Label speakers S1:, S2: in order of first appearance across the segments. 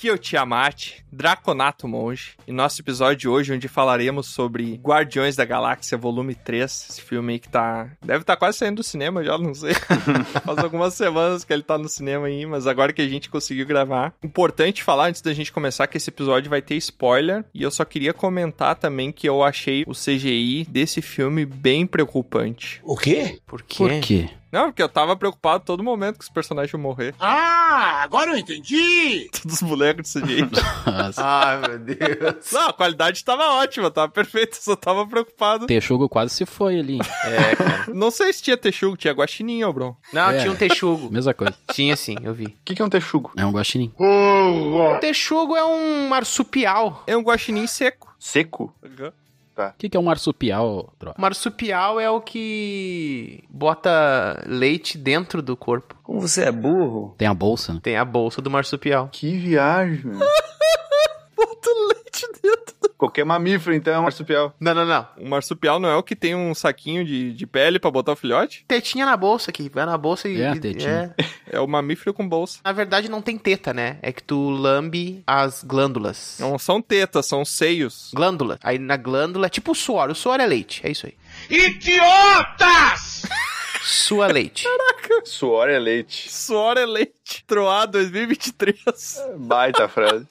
S1: Tio é Tiamat, Draconato Monge, e nosso episódio de hoje, onde falaremos sobre Guardiões da Galáxia Volume 3, esse filme aí que tá. Deve estar tá quase saindo do cinema já, não sei. Faz algumas semanas que ele tá no cinema aí, mas agora que a gente conseguiu gravar. Importante falar antes da gente começar que esse episódio vai ter spoiler, e eu só queria comentar também que eu achei o CGI desse filme bem preocupante.
S2: O quê?
S3: Por quê?
S4: Por quê?
S1: Não, porque eu tava preocupado todo momento que os personagens iam morrer.
S2: Ah, agora eu entendi!
S1: Todos os moleques do CGI.
S4: Nossa.
S3: Ai, Ah, meu Deus.
S1: Não, a qualidade tava ótima, tava perfeita, só tava preocupado.
S4: Texugo quase se foi ali.
S3: É, cara.
S1: Não sei se tinha texugo, tinha guaxininha, ô, bro.
S3: Não,
S4: É.
S3: tinha um texugo.
S4: Mesma coisa.
S3: Tinha sim, eu vi.
S5: O que, que é um texugo?
S4: É um guaxinim.
S3: O texugo é um marsupial.
S1: É um guaxinim seco.
S5: Seco?
S4: O que, que é um marsupial, Dro?
S3: Marsupial é o que bota leite dentro do corpo.
S6: Como você é burro?
S4: Tem a bolsa, né?
S3: Tem a bolsa do marsupial.
S5: Que viagem, meu.
S1: Bota leite dentro.
S5: Qualquer mamífero, então, é um marsupial.
S3: Não, não, não.
S1: O marsupial não é o que tem um saquinho de, de pele pra botar o filhote?
S3: Tetinha na bolsa aqui. Vai na bolsa e.
S4: É, a tetinha.
S3: é.
S1: É o mamífero com bolsa.
S3: Na verdade, não tem teta, né? É que tu lambe as glândulas. É um
S1: Não são tetas, são seios.
S3: Glândula. Aí na glândula é tipo o suor. O suor é leite. É isso aí.
S2: Idiotas!
S3: Sua leite.
S5: Suor é leite.
S1: Suor é leite. Troar 2023.
S5: Baita frase.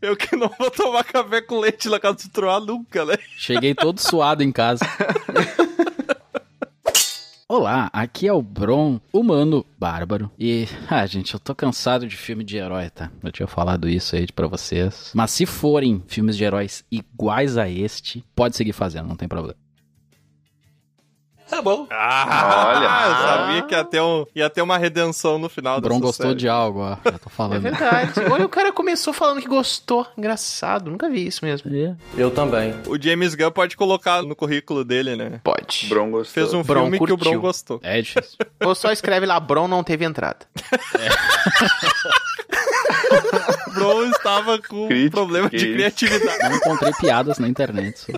S1: Eu que não vou tomar café com leite na casa do Troar nunca, né?
S4: Cheguei todo suado em casa. Olá, aqui é o Bron, humano bárbaro. E, ah, gente, eu tô cansado de filme de herói, tá? Eu tinha falado isso aí pra vocês. Mas se forem filmes de heróis iguais a este, pode seguir fazendo, não tem problema.
S6: Tá bom.
S5: Olha.
S1: Ah, eu sabia que ia ter, um, ia ter uma redenção no final
S4: O Bron
S1: dessa
S4: gostou
S1: série.
S4: de algo, ó. Já tô
S3: É
S4: falando.
S3: verdade. Olha, o cara começou falando que gostou. Engraçado. Nunca vi isso mesmo.
S4: É.
S6: Eu também.
S1: O James Gunn pode colocar no currículo dele, né?
S3: Pode.
S5: Bron gostou.
S1: Fez um
S3: Bron
S1: filme que o Bron
S3: curtiu.
S1: gostou.
S4: É difícil.
S3: Ou só escreve lá, Bron não teve entrada.
S1: O Bron estava com um
S5: Crítico,
S1: problema de
S5: que isso.
S1: criatividade.
S4: Não encontrei piadas na internet. só.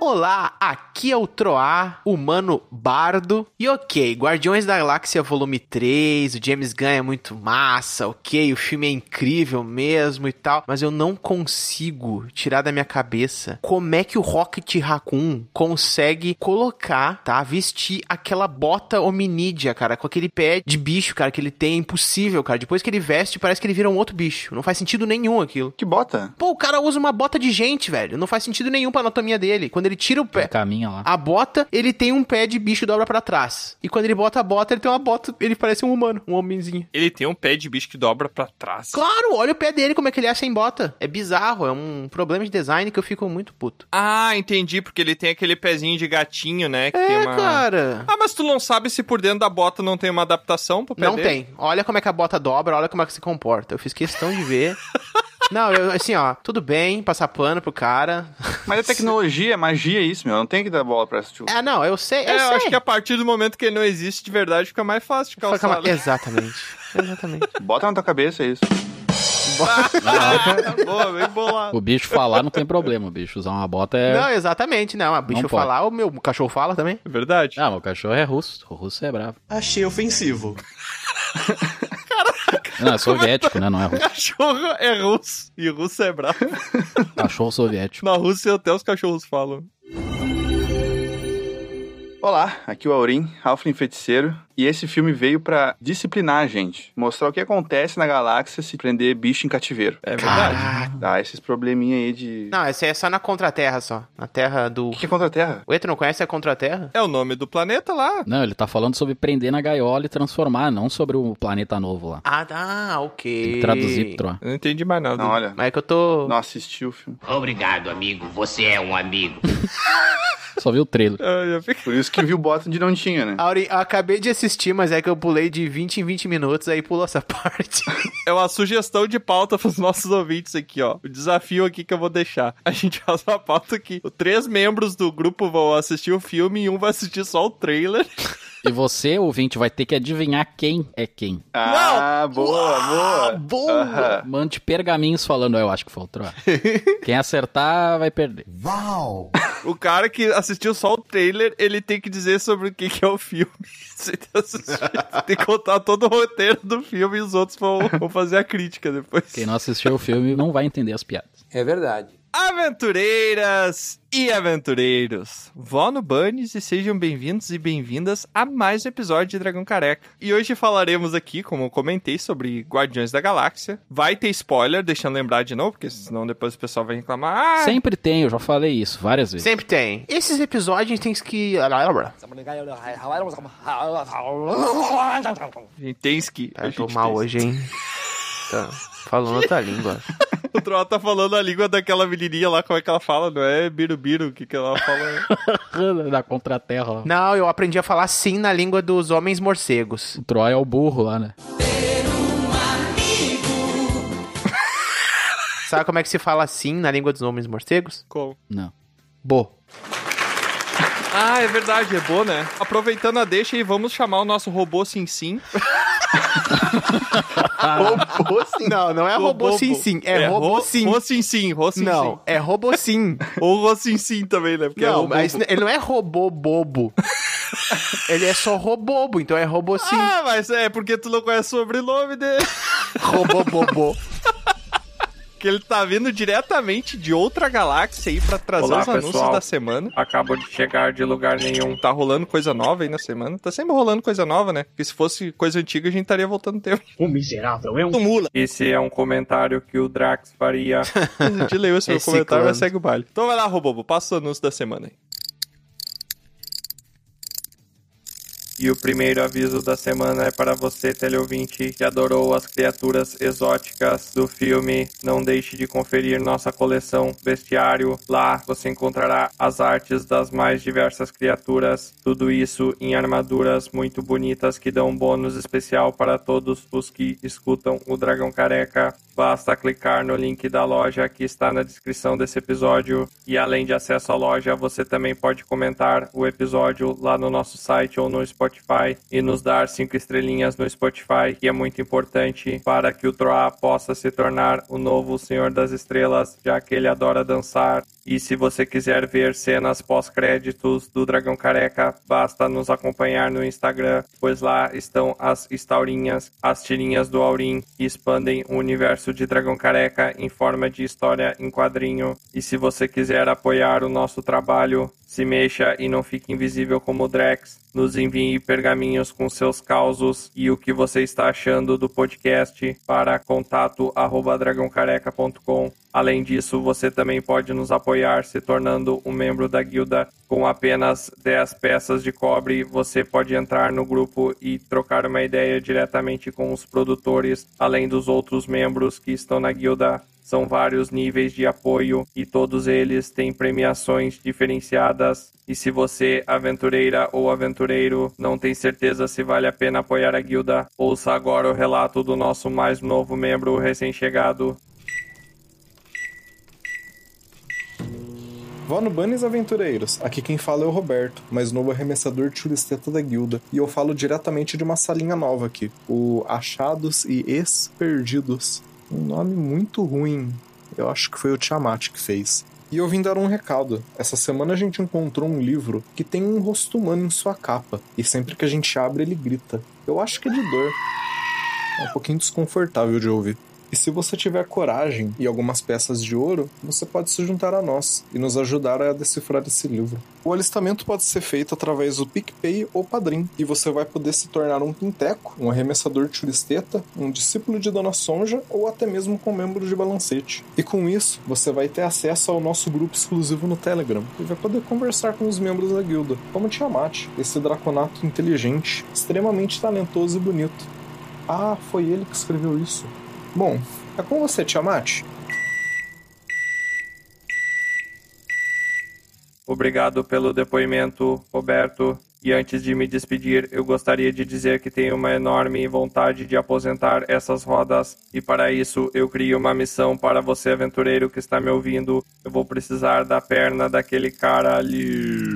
S3: Olá, aqui é o Troá, humano bardo. E ok, Guardiões da Galáxia Volume 3, o James Gunn é muito massa, ok, o filme é incrível mesmo e tal, mas eu não consigo tirar da minha cabeça como é que o Rocket Raccoon consegue colocar, tá, vestir aquela bota hominídea, cara, com aquele pé de bicho, cara, que ele tem, é impossível, cara. Depois que ele veste, parece que ele vira um outro bicho. Não faz sentido nenhum aquilo.
S5: Que bota?
S3: Pô, o cara usa uma bota de gente, velho. Não faz sentido nenhum pra anatomia dele. Quando ele tira o pé.
S4: Caminha lá.
S3: A bota, ele tem um pé de bicho dobra pra trás. E quando ele bota a bota, ele tem uma bota, ele parece um humano, um homenzinho.
S1: Ele tem um pé de bicho que dobra pra trás.
S3: Claro, olha o pé dele, como é que ele é sem bota. É bizarro, é um problema de design que eu fico muito puto.
S1: Ah, entendi, porque ele tem aquele pezinho de gatinho, né? Que tem
S3: É,
S1: uma...
S3: cara.
S1: Ah, mas tu não sabe se por dentro da bota não tem uma adaptação pro pé
S3: Não
S1: dele?
S3: tem. Olha como é que a bota dobra, olha como é que se comporta. Eu fiz questão de ver. Não, eu, assim, ó, tudo bem, passar pano pro cara.
S5: Mas é tecnologia, é magia isso, meu. Não tem que dar bola pra esse tipo.
S3: Ah, não, eu sei, eu
S1: É, eu
S3: sei.
S1: acho que a partir do momento que ele não existe de verdade, fica mais fácil de
S3: Só que é
S1: calçar.
S3: uma-
S1: né?
S3: Exatamente, exatamente.
S5: Bota na tua cabeça é isso.
S1: Ah, boa, bem bolado.
S4: O bicho falar não tem problema, o bicho usar uma bota é.
S3: Não, exatamente, não. A bicho
S4: Não pode.
S3: falar, o meu cachorro fala também.
S1: É Verdade.
S4: Ah, meu cachorro é russo. O russo é bravo.
S6: Achei ofensivo.
S4: Não, é soviético, né? Não é russo.
S1: Cachorro é russo. E russo é bravo.
S4: Cachorro soviético.
S1: Na Rússia até os cachorros falam.
S5: Olá, aqui é o Aurim, Halfling Feiticeiro, e esse filme veio pra disciplinar a gente, mostrar o que acontece na galáxia se prender bicho em cativeiro.
S1: É verdade.
S5: Dá esses probleminha aí de...
S3: Não, essa é só na Contra-Terra, só. Na Terra do...
S5: O que é contra a Terra?
S3: Ué, tu não conhece a Contra-Terra?
S1: É o nome do planeta lá.
S4: Não, ele tá falando sobre prender na gaiola e transformar, não sobre o planeta novo lá.
S3: Ah, tá, ok.
S4: Tem que traduzir, troa.
S1: Eu não entendi mais nada.
S5: Não, olha,
S3: Mas é que eu tô...
S5: não assisti o filme.
S7: Obrigado, amigo. Você é um amigo.
S4: Só viu o trailer.
S1: Eu já fiquei-
S5: Por isso que viu o bota onde não tinha, né?
S3: Auri, eu acabei de assistir, mas é que eu pulei de 20 em 20 minutos, aí pulou essa parte.
S1: É uma sugestão de pauta pros nossos ouvintes aqui, ó. O desafio aqui que eu vou deixar. A gente faz uma pauta que os três membros do grupo vão assistir o filme e um vai assistir só o trailer.
S4: E você, ouvinte, vai ter que adivinhar quem é quem.
S5: Ah, boa, boa.
S3: Boa!
S5: Aham.
S4: Mande pergaminhos falando, "Ah, eu acho que foi o Troá. quem acertar vai perder.
S1: O cara que assistiu só o trailer, ele tem que dizer sobre o que, que é o filme. Você tem, que assistir, tem que contar todo o roteiro do filme e os outros vão, vão fazer a crítica depois.
S4: Quem não assistiu o filme não vai entender as piadas.
S6: É verdade.
S1: Aventureiras e aventureiros, vó no Bunnies e sejam bem-vindos e bem-vindas a mais um episódio de Dragão Careca. E hoje falaremos aqui, como eu comentei, sobre Guardiões da Galáxia. Vai ter spoiler, deixando lembrar de novo, porque senão depois o pessoal vai reclamar. Ah,
S4: Sempre tem, eu já falei isso várias vezes.
S3: Sempre tem. Esses episódios tem que.
S1: a gente tem que.
S3: Cara, eu tô mal hoje, hein? Tá. Falando outra língua.
S1: O Troll tá falando a língua daquela menininha lá, como é que ela fala? Não é birubiru, o que, que ela fala?
S4: né, da Contraterra lá.
S3: Não, eu aprendi a falar sim na língua dos homens morcegos.
S4: O Troá é o burro lá, né?
S3: Sabe como é que se fala sim na língua dos homens morcegos?
S1: Como?
S4: Não.
S3: Bo.
S1: Ah, é verdade, é boa, né? Aproveitando a deixa e vamos chamar o nosso robô Sim Sim.
S3: Robô sim. Não, não é robô,
S1: Bobo.
S3: sim sim. É, robô
S1: ro-
S3: sim.
S1: Ro Sim Sim, Ro Sim
S3: não,
S1: Sim.
S3: é robô sim.
S1: Ou Ro Sim Sim também, né? Porque é
S3: não,
S1: robô.
S3: mas ele não é robô bobo. ele é só robobo, então é robô sim.
S1: Ah, mas é porque tu não conhece o sobrenome dele.
S3: Robô bobo.
S1: que ele tá vindo diretamente de outra galáxia aí pra trazer
S8: Olá,
S1: os anúncios
S8: pessoal.
S1: da semana.
S8: Acabo de chegar de lugar nenhum.
S1: Tá rolando coisa nova aí na semana. Tá sempre rolando coisa nova, né? Porque se fosse coisa antiga, a gente estaria voltando tempo.
S8: Esse é um comentário que o Drax faria.
S1: A gente leu esse meu
S3: Reciclando.
S1: comentário, mas segue o baile. Então vai lá, Robobo, passa o anúncio da semana aí.
S8: E o primeiro aviso da semana é para você, teleouvinte, que adorou as criaturas exóticas do filme. Não deixe de conferir nossa coleção bestiário. Lá você encontrará as artes das mais diversas criaturas. Tudo isso em armaduras muito bonitas que dão um bônus especial para todos os que escutam o Dragão Careca. Basta clicar no link da loja que está na descrição desse episódio. E além de acesso à loja, você também pode comentar o episódio lá no nosso site ou no Spotify e nos dar cinco estrelinhas no Spotify, que é muito importante para que o Troá possa se tornar o novo Senhor das Estrelas, já que ele adora dançar. E se você quiser ver cenas pós-créditos do Dragão Careca, basta nos acompanhar no Instagram, pois lá estão as estaurinhas, as tirinhas do Aurim, que expandem o universo de Dragão Careca em forma de história em quadrinho. E se você quiser apoiar o nosso trabalho, se mexa e não fique invisível como o Drex. Nos envie pergaminhos com seus causos e o que você está achando do podcast para contato@dragãocareca.com. Além disso, você também pode nos apoiar se tornando um membro da guilda. Com apenas 10 peças de cobre, você pode entrar no grupo e trocar uma ideia diretamente com os produtores, além dos outros membros que estão na guilda. São vários níveis de apoio e todos eles têm premiações diferenciadas. E se você, aventureira ou aventureiro, não tem certeza se vale a pena apoiar a guilda, ouça agora o relato do nosso mais novo membro recém-chegado.
S9: Vá no Bunnies Aventureiros, aqui quem fala é o Roberto, mais novo arremessador de chulisteta da guilda, e eu falo diretamente de uma salinha nova aqui, o Achados e Ex-Perdidos. Um nome muito ruim, eu acho que foi o Tiamat que fez. E eu vim dar um recado. Essa semana a gente encontrou um livro que tem um rosto humano em sua capa, e sempre que a gente abre ele grita. Eu acho que é de dor. É um pouquinho desconfortável de ouvir. E se você tiver coragem e algumas peças de ouro, você pode se juntar a nós e nos ajudar a decifrar esse livro. O alistamento pode ser feito através do PicPay ou Padrim, e você vai poder se tornar um pinteco, um arremessador de churisteta, um discípulo de Dona Sonja ou até mesmo com membro de balancete. E com isso, você vai ter acesso ao nosso grupo exclusivo no Telegram e vai poder conversar com os membros da guilda, como Tiamat, esse draconato inteligente, extremamente talentoso e bonito. Ah, foi ele que escreveu isso. Bom, é com você, Tiamat.
S8: Obrigado pelo depoimento, Roberto. E antes de me despedir, eu gostaria de dizer que tenho uma enorme vontade de aposentar essas rodas. E para isso, eu crio uma missão para você, aventureiro que está me ouvindo. Eu vou precisar da perna daquele cara ali.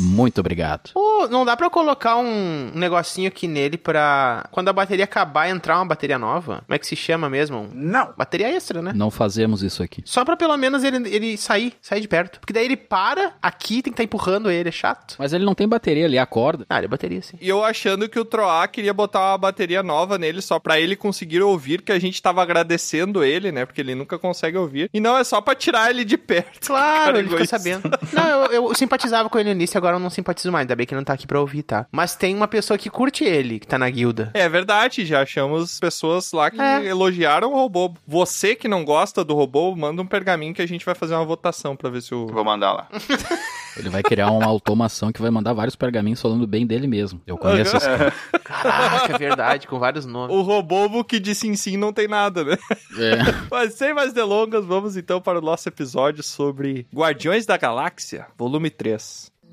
S4: Muito obrigado.
S3: Pô, não dá pra colocar um negocinho aqui nele pra. Quando a bateria acabar, entrar uma bateria nova? Como é que se chama mesmo? Não. Bateria extra, né?
S4: Não fazemos isso aqui.
S3: Só pra pelo menos ele, ele sair, sair de perto. Porque daí ele para aqui, tem que estar empurrando ele, é chato.
S4: Mas ele não tem bateria, ele acorda.
S3: Ah, ele é bateria sim.
S1: E eu achando que o Troá queria botar uma bateria nova nele só pra ele conseguir ouvir que a gente tava agradecendo ele, né? Porque ele nunca consegue ouvir. E não é só pra tirar ele de perto.
S3: Claro,
S1: Cara
S3: ele ficou
S1: egoísta.
S3: sabendo. Não, eu, eu simpatizava com ele no início, agora eu não simpatizo mais. Ainda bem que ele não tá aqui pra ouvir, tá? Mas tem uma pessoa que curte ele, que tá na guilda.
S1: É verdade, já achamos pessoas lá que
S3: É.
S1: elogiaram o robô. Você que não gosta do robô, manda um pergaminho que a gente vai fazer uma votação pra ver se o.
S5: Vou mandar lá.
S4: Ele vai criar uma automação que vai mandar vários pergaminhos falando bem dele mesmo. Eu conheço esse cara.
S3: Caraca, é verdade, com vários nomes.
S1: O robô que de sim sim não tem nada, né?
S4: É.
S1: Mas sem mais delongas, vamos então para o nosso episódio sobre Guardiões da Galáxia, volume 3.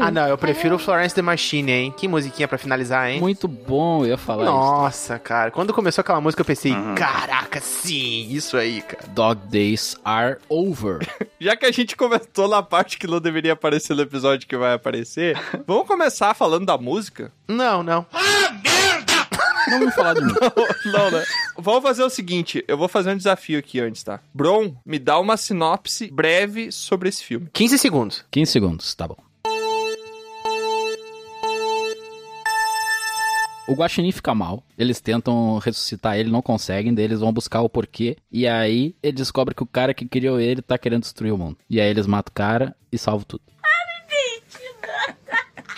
S3: Ah, não, eu prefiro o Florence the Machine, hein? Que musiquinha pra finalizar, hein?
S4: Muito bom, eu ia falar
S3: Nossa, cara. Quando começou aquela música, eu pensei, caraca, sim, isso aí, cara.
S4: isso. Dog Days Are Over.
S1: Já que a gente comentou na parte que não deveria aparecer no episódio que vai aparecer, vamos começar falando da música?
S3: Não, não.
S4: Não vamos falar de mim.
S1: Não, né? Vamos fazer o seguinte, eu vou fazer um desafio aqui antes, tá? Bron, me dá uma sinopse breve sobre esse filme.
S3: 15 segundos.
S4: 15 segundos, tá bom. O Guaxinim fica mal, eles tentam ressuscitar ele, não conseguem, daí eles vão buscar o porquê, e aí ele descobre que o cara que criou ele tá querendo destruir o mundo. E aí eles matam o cara e salvam tudo.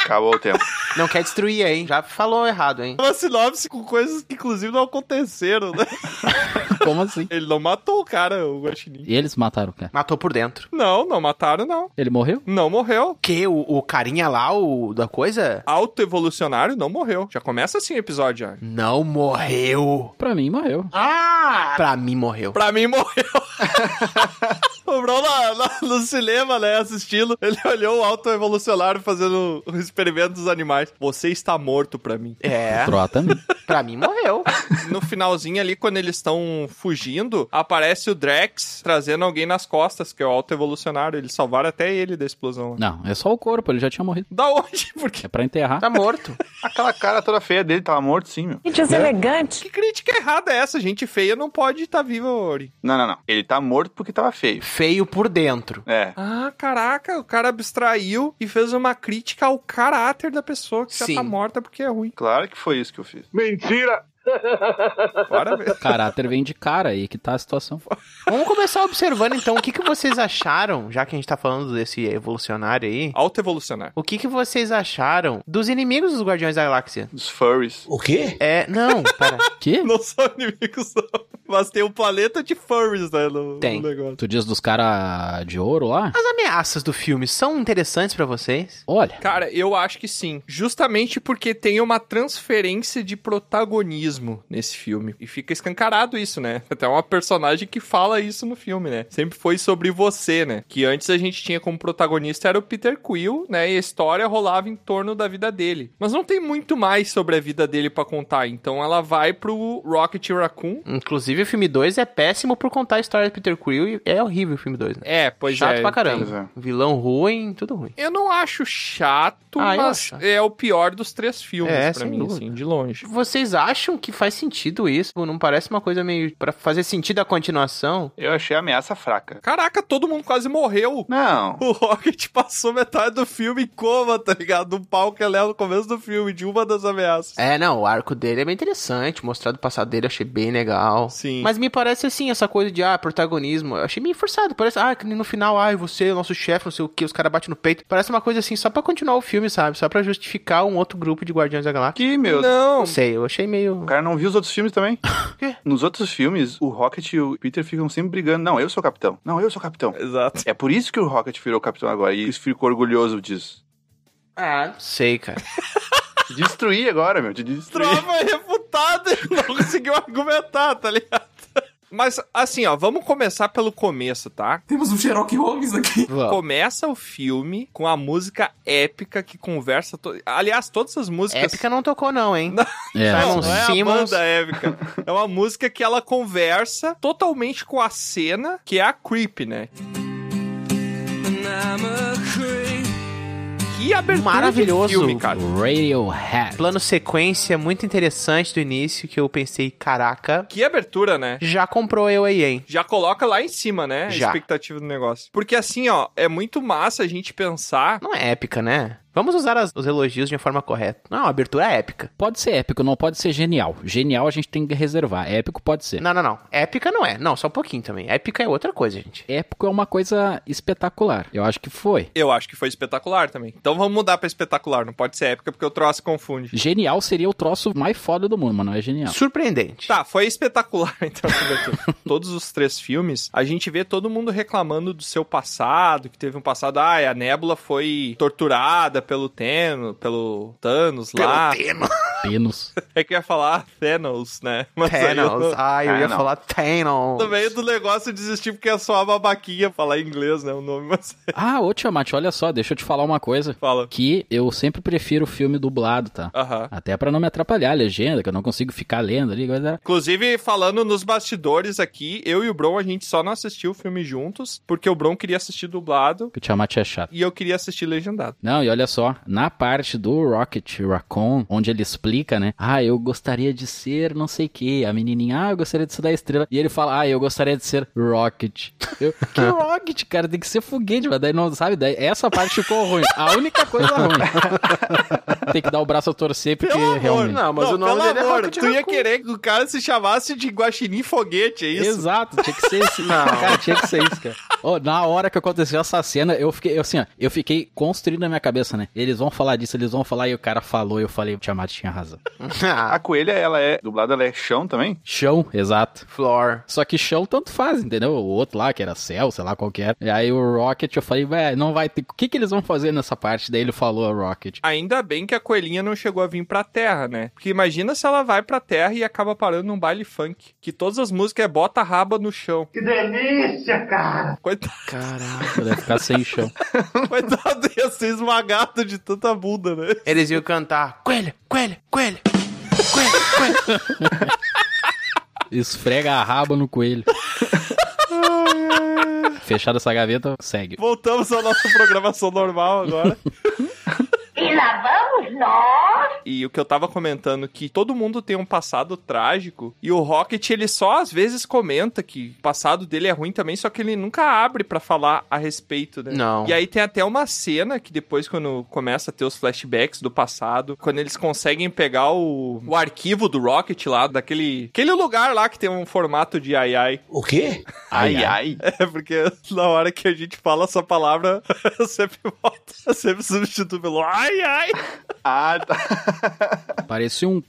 S5: Acabou o tempo.
S3: Não quer destruir, hein? Já falou errado, hein?
S1: Uma sinopse com coisas que inclusive não aconteceram, né?
S4: Como assim?
S1: Ele não matou o cara, o Guaxinim.
S4: E eles mataram o cara.
S3: Matou por dentro.
S1: Não, não mataram, não.
S4: Ele morreu?
S1: Não morreu.
S3: Que o, o carinha lá, o da coisa,
S1: Autoevolucionário não morreu. Já começa assim o episódio, já.
S3: não morreu.
S4: Pra mim, morreu.
S3: Pra mim morreu.
S1: Pra mim, morreu. o Bruno lá, lá no cinema, né, assistindo, ele olhou o autoevolucionário fazendo o experimento dos animais. Você está morto pra mim.
S3: É,
S4: Troa também.
S3: pra mim morreu.
S1: No finalzinho ali, quando eles estão fugindo, aparece o Drex trazendo alguém nas costas, que é o autoevolucionário. Eles salvaram até ele da explosão.
S4: Não, é só o corpo, ele já tinha morrido.
S1: Da onde? Porque
S4: É pra enterrar.
S3: Tá morto.
S5: Aquela cara toda feia dele tava morto sim, meu.
S10: Gente,
S11: é
S10: deselegante.
S1: que crítica errada é essa? Gente feia não pode estar viva, Ori.
S5: Não, não, não. Ele tá morto porque tava feio.
S3: Feio por dentro.
S5: É.
S1: Ah, caraca, o cara abstraiu e fez uma crítica ao caráter da pessoa que já
S3: Sim.
S1: tá morta porque é ruim.
S5: Claro que foi isso que eu fiz.
S1: Bora ver.
S4: Caráter vem de cara aí que tá a situação.
S3: Vamos começar observando então o que, que vocês acharam, já que a gente tá falando desse evolucionário aí.
S1: Autoevolucionário.
S3: O que, que vocês acharam dos inimigos dos Guardiões da Galáxia?
S5: Os furries.
S6: O quê?
S3: É, não, pera.
S4: Que?
S1: Não são inimigos, não. Mas tem um planeta de furries, né? No,
S3: Tem.
S1: no negócio.
S4: Tu diz dos cara de ouro lá?
S3: As ameaças do filme são interessantes pra vocês?
S4: Olha,
S1: Cara, eu acho que sim. Justamente porque tem uma transferência de protagonismo nesse filme. E fica escancarado isso, né? Até uma personagem que fala isso no filme, né? Sempre foi sobre você, né? Que antes a gente tinha como protagonista era o Peter Quill, né? E a história rolava em torno da vida dele. Mas não tem muito mais sobre a vida dele pra contar. Então ela vai pro Rocket Raccoon.
S3: Inclusive, o filme 2 é péssimo por contar a história do Peter Quill e é horrível o filme 2, né?
S1: É, pois
S3: Chato
S1: é.
S3: pra
S5: pois
S3: caramba.
S5: é.
S3: Vilão ruim, tudo ruim.
S1: Eu não acho chato,
S3: Ah, eu
S1: mas
S3: acho.
S1: é o pior dos três filmes
S3: É,
S1: pra
S3: sem
S1: mim,
S3: dúvida.
S1: assim, de longe.
S3: Vocês acham que faz sentido isso? Não parece uma coisa meio. Pra fazer sentido a continuação?
S5: Eu achei a ameaça fraca.
S1: Caraca, todo mundo quase morreu.
S5: Não.
S1: O Rocket passou metade do filme em coma, tá ligado? Do pau que ele leva no começo do filme, de uma das ameaças.
S3: É, não, o arco dele é bem interessante. Mostrar do passado dele eu achei bem legal.
S1: Sim.
S3: Mas me parece assim, essa coisa de, ah, protagonismo. Eu achei meio forçado. Parece, ah, que no final, ah, você é o nosso chefe, não sei o que, os caras batem no peito. Parece uma coisa assim, só pra continuar o filme, sabe? Só pra justificar um outro grupo de Guardiões da Galáxia.
S5: Que, meu.
S1: Não,
S3: Não sei, eu achei meio.
S5: O cara não viu os outros filmes também?
S3: Quê?
S5: Nos outros filmes, o Rocket e o Peter ficam sempre brigando. Não, eu sou o capitão. Não, eu sou o capitão.
S1: exato.
S5: É por isso que o Rocket virou o capitão agora e ficou orgulhoso disso.
S3: Ah, não sei, cara.
S5: Te destruí agora, meu. Te destruí.
S1: Trova é refutada, ele não conseguiu argumentar, tá ligado? Mas, assim, ó, vamos começar pelo começo, tá?
S10: Temos um Sherlock Holmes aqui.
S3: Vamos.
S1: Começa o filme com a música épica que conversa. To... Aliás, todas as músicas.
S3: Épica É não tocou, não, hein?
S4: É.
S3: Não,
S1: Não, não é a
S3: Simmons.
S1: banda épica. É uma música que ela conversa totalmente com a cena, que é a Creep, né? Que abertura
S3: Maravilhoso.
S1: de filme, cara.
S4: Radiohead.
S3: Plano sequência muito interessante do início que eu pensei, caraca,
S1: Que abertura, né?
S3: já comprou eu aí, hein?
S1: Já coloca lá em cima, né? A
S3: Já.
S1: expectativa do negócio. Porque assim, ó, é muito massa a gente pensar
S3: Não é épica, né? Vamos usar as- os elogios de uma forma correta. Não, é uma abertura épica.
S4: Pode ser épico, não pode ser genial. Genial a gente tem que reservar. Épico pode ser.
S3: Não, não, não. Épica não é. Não, só um pouquinho também. Épica é outra coisa, gente.
S4: Épico é uma coisa espetacular. Eu acho que foi.
S1: Eu acho que foi espetacular também. Então vamos mudar pra espetacular, não pode ser épica porque o troço confunde.
S4: Genial seria o troço mais foda do mundo, mas não é genial.
S3: Surpreendente.
S1: Tá, foi espetacular então. a cobertura. Todos os três filmes, a gente vê todo mundo reclamando do seu passado, que teve um passado, ah, a Nebula foi torturada pelo Thanos, pelo Thanos lá.
S4: Penos.
S1: É que eu ia falar Thanos, né? Mas aí eu-
S3: Thanos. Ai, eu ia
S5: Thanos.
S3: falar Thanos.
S1: No meio do negócio eu desisti porque é só a babaquinha falar em inglês, né? O nome, mas
S4: Ah, ô Tiamat, olha só, deixa eu te falar uma coisa.
S1: fala.
S4: Que eu sempre prefiro o filme dublado, tá?
S1: Aham.
S4: Até pra não me atrapalhar a legenda, que eu não consigo ficar lendo ali. coisa-
S1: Inclusive, falando nos bastidores aqui, eu e o Bron, a gente só não assistiu o filme juntos, porque o Bron queria assistir dublado
S4: Que o Tiamat é chato.
S1: e eu queria assistir legendado.
S4: Não, e olha só, na parte do Rocket Raccoon, onde ele explica, né? Ah, eu gostaria de ser não sei o que. A menininha, ah, eu gostaria de ser da estrela. E ele fala, ah, eu gostaria de ser Rocket. Eu, que Rocket, cara? Tem que ser foguete, mas daí não, sabe? Daí essa parte ficou ruim. A única coisa ruim. Tem que dar o braço a torcer, porque
S1: Pelo amor,
S4: realmente...
S1: não,
S3: mas o nome
S1: pelo
S3: dele é
S1: amor,
S3: Rocket
S1: Tu ia querer que o cara se chamasse de Guaxinim Foguete, é isso?
S4: Exato, tinha que ser isso. Cara, tinha que ser isso, cara. Ô, na hora que aconteceu essa cena, eu fiquei, eu, assim, ó, eu fiquei construindo na minha cabeça, né? Eles vão falar disso, eles vão falar, e o cara falou, e eu falei, o Tiamat tinha razão.
S5: A coelha, ela é dublada, ela é chão também?
S4: Chão, exato.
S3: Floor.
S4: Só que chão tanto faz, entendeu? O outro lá, que era céu, sei lá qual que era. E aí o Rocket, eu falei, velho, não vai ter... O que que eles vão fazer nessa parte? Daí ele falou, Rocket.
S1: Ainda bem que a coelhinha não chegou a vir pra terra, né? Porque imagina se ela vai pra terra e acaba parando num baile funk, que todas as músicas é bota a raba no chão.
S2: Que delícia, cara!
S1: Coitado,
S4: Caraca, deve ficar sem chão.
S1: coitado ia ser esmagado de tanta bunda, né?
S3: Eles iam cantar Coelho, coelho, coelho. Coelho, coelho.
S4: Esfrega a raba no coelho. Fechada essa gaveta, segue.
S1: Voltamos à nossa programação normal agora.
S7: E lá vamos nós!
S1: E o que eu tava comentando que todo mundo tem um passado trágico e o Rocket ele só às vezes comenta que o passado dele é ruim também, só que ele nunca abre pra falar a respeito, né?
S3: Não.
S1: E aí tem até uma cena que depois quando começa a ter os flashbacks do passado, quando eles conseguem pegar o, o arquivo do Rocket lá daquele aquele lugar lá que tem um formato de ai ai.
S10: O quê?
S5: Ai, ai.
S1: É porque na hora que a gente fala essa palavra, eu sempre volto, eu sempre substituo pelo ai ai.
S5: Ah, tá.
S4: Parecia um...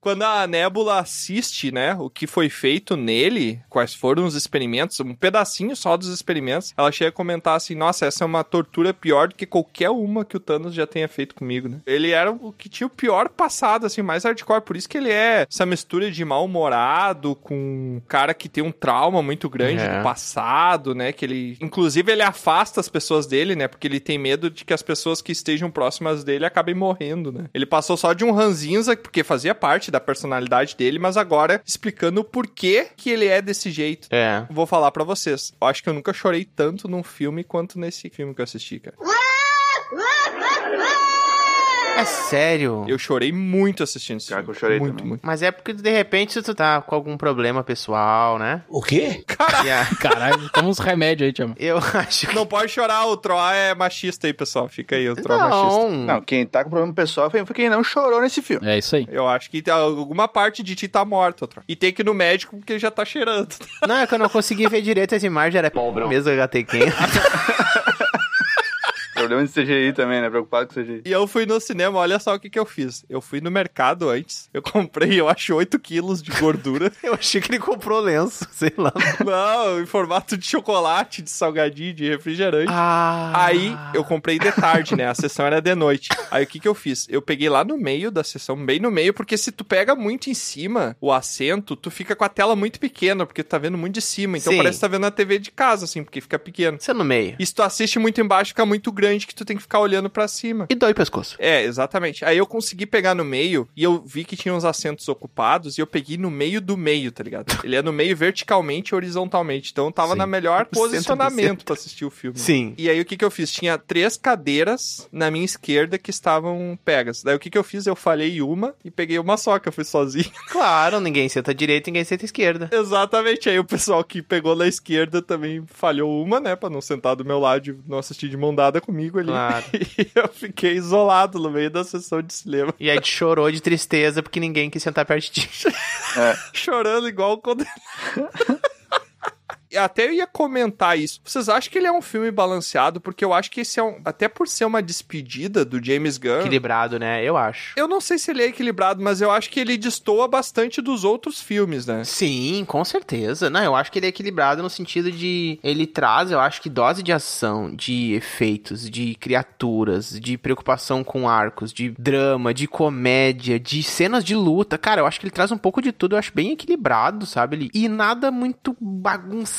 S1: Quando a Nebula assiste, né, o que foi feito nele, quais foram os experimentos, um pedacinho só dos experimentos, ela chega a comentar assim: "Nossa, essa é uma tortura pior do que qualquer uma que o Thanos já tenha feito comigo, né?". Ele era o que tinha o pior passado assim, mais hardcore, por isso que ele é essa mistura de mal-humorado com um cara que tem um trauma muito grande
S3: É.
S1: do passado, né, que ele inclusive ele afasta as pessoas dele, né, porque ele tem medo de que as pessoas que estejam próximas dele acabem morrendo, né? Ele passou só de um ranzinza porque fazia parte da personalidade dele, mas agora explicando o porquê que ele é desse jeito.
S3: É.
S1: Vou falar pra vocês. Eu acho que eu nunca chorei tanto num filme quanto nesse filme que eu assisti, cara.
S3: É sério.
S1: Eu chorei muito assistindo esse
S5: Cara,
S1: filme.
S5: que eu chorei
S1: muito,
S5: também.
S1: muito.
S3: Mas é porque de repente tu tá com algum problema pessoal, né?
S10: O quê?
S3: E a-
S4: Caralho, toma uns remédios aí, Tiamat.
S3: Eu acho que.
S1: Não pode chorar, o Troá é machista aí, pessoal. Fica aí, o Troá é machista.
S3: Não.
S5: Não, quem tá com problema pessoal foi foi quem não chorou nesse filme.
S4: É isso aí.
S1: Eu acho que alguma parte de ti tá morta, Troá. E tem que ir no médico porque já tá cheirando.
S3: Não, é que eu não consegui ver direito as imagens, era mesmo HT quem.
S5: Eu Problema de CGI também, né? Preocupado com CGI.
S1: E eu fui no cinema, olha só o que, que eu fiz. Eu fui no mercado antes, eu comprei, eu acho, 8 quilos de gordura.
S3: Eu achei que ele comprou lenço, sei lá.
S1: Não, em formato de chocolate, de salgadinho, de refrigerante.
S3: Ah.
S1: Aí eu comprei de tarde, né? A sessão era de noite. Aí o que que eu fiz? Eu peguei lá no meio da sessão, bem no meio, porque se tu pega muito em cima o assento, tu fica com a tela muito pequena, porque tu tá vendo muito de cima. Então
S3: Sim.
S1: parece que tá vendo a TV de casa, assim, porque fica pequeno.
S3: Você é no meio.
S1: E se tu assiste muito embaixo, fica muito grande que tu tem que ficar olhando pra cima.
S3: E dói o pescoço.
S1: É, exatamente. Aí eu consegui pegar no meio e eu vi que tinha uns assentos ocupados e eu peguei no meio do meio, tá ligado? Ele é no meio verticalmente e horizontalmente. Então eu tava
S3: Sim.
S1: na melhor posicionamento pra assistir o filme.
S3: Sim.
S1: E aí o que que eu fiz? Tinha três cadeiras na minha esquerda que estavam pegas. Daí o que que eu fiz? Eu falhei uma e peguei uma só, que eu fui sozinho.
S3: Claro, ninguém senta à direita, ninguém senta à esquerda.
S1: Exatamente. Aí o pessoal que pegou na esquerda também falhou uma, né? Pra não sentar do meu lado e não assistir de mão dada comigo ali.
S3: Claro.
S1: E eu fiquei isolado no meio da sessão de cinema.
S3: E aí te chorou de tristeza porque ninguém quis sentar perto de ti.
S1: chorando igual quando. Até eu ia comentar isso. Vocês acham que ele é um filme balanceado? Porque eu acho que esse é um. Até por ser uma despedida do James Gunn.
S3: Equilibrado, né? Eu acho.
S1: Eu não sei se ele é equilibrado, mas eu acho que ele destoa bastante dos outros filmes, né?
S3: Sim, com certeza. Não, eu acho que ele é equilibrado no sentido de ele traz, eu acho que dose de ação, de efeitos, de criaturas, de preocupação com arcos, de drama, de comédia, de cenas de luta. Cara, eu acho que ele traz um pouco de tudo, eu acho bem equilibrado, sabe? Ele... E nada muito bagunçado,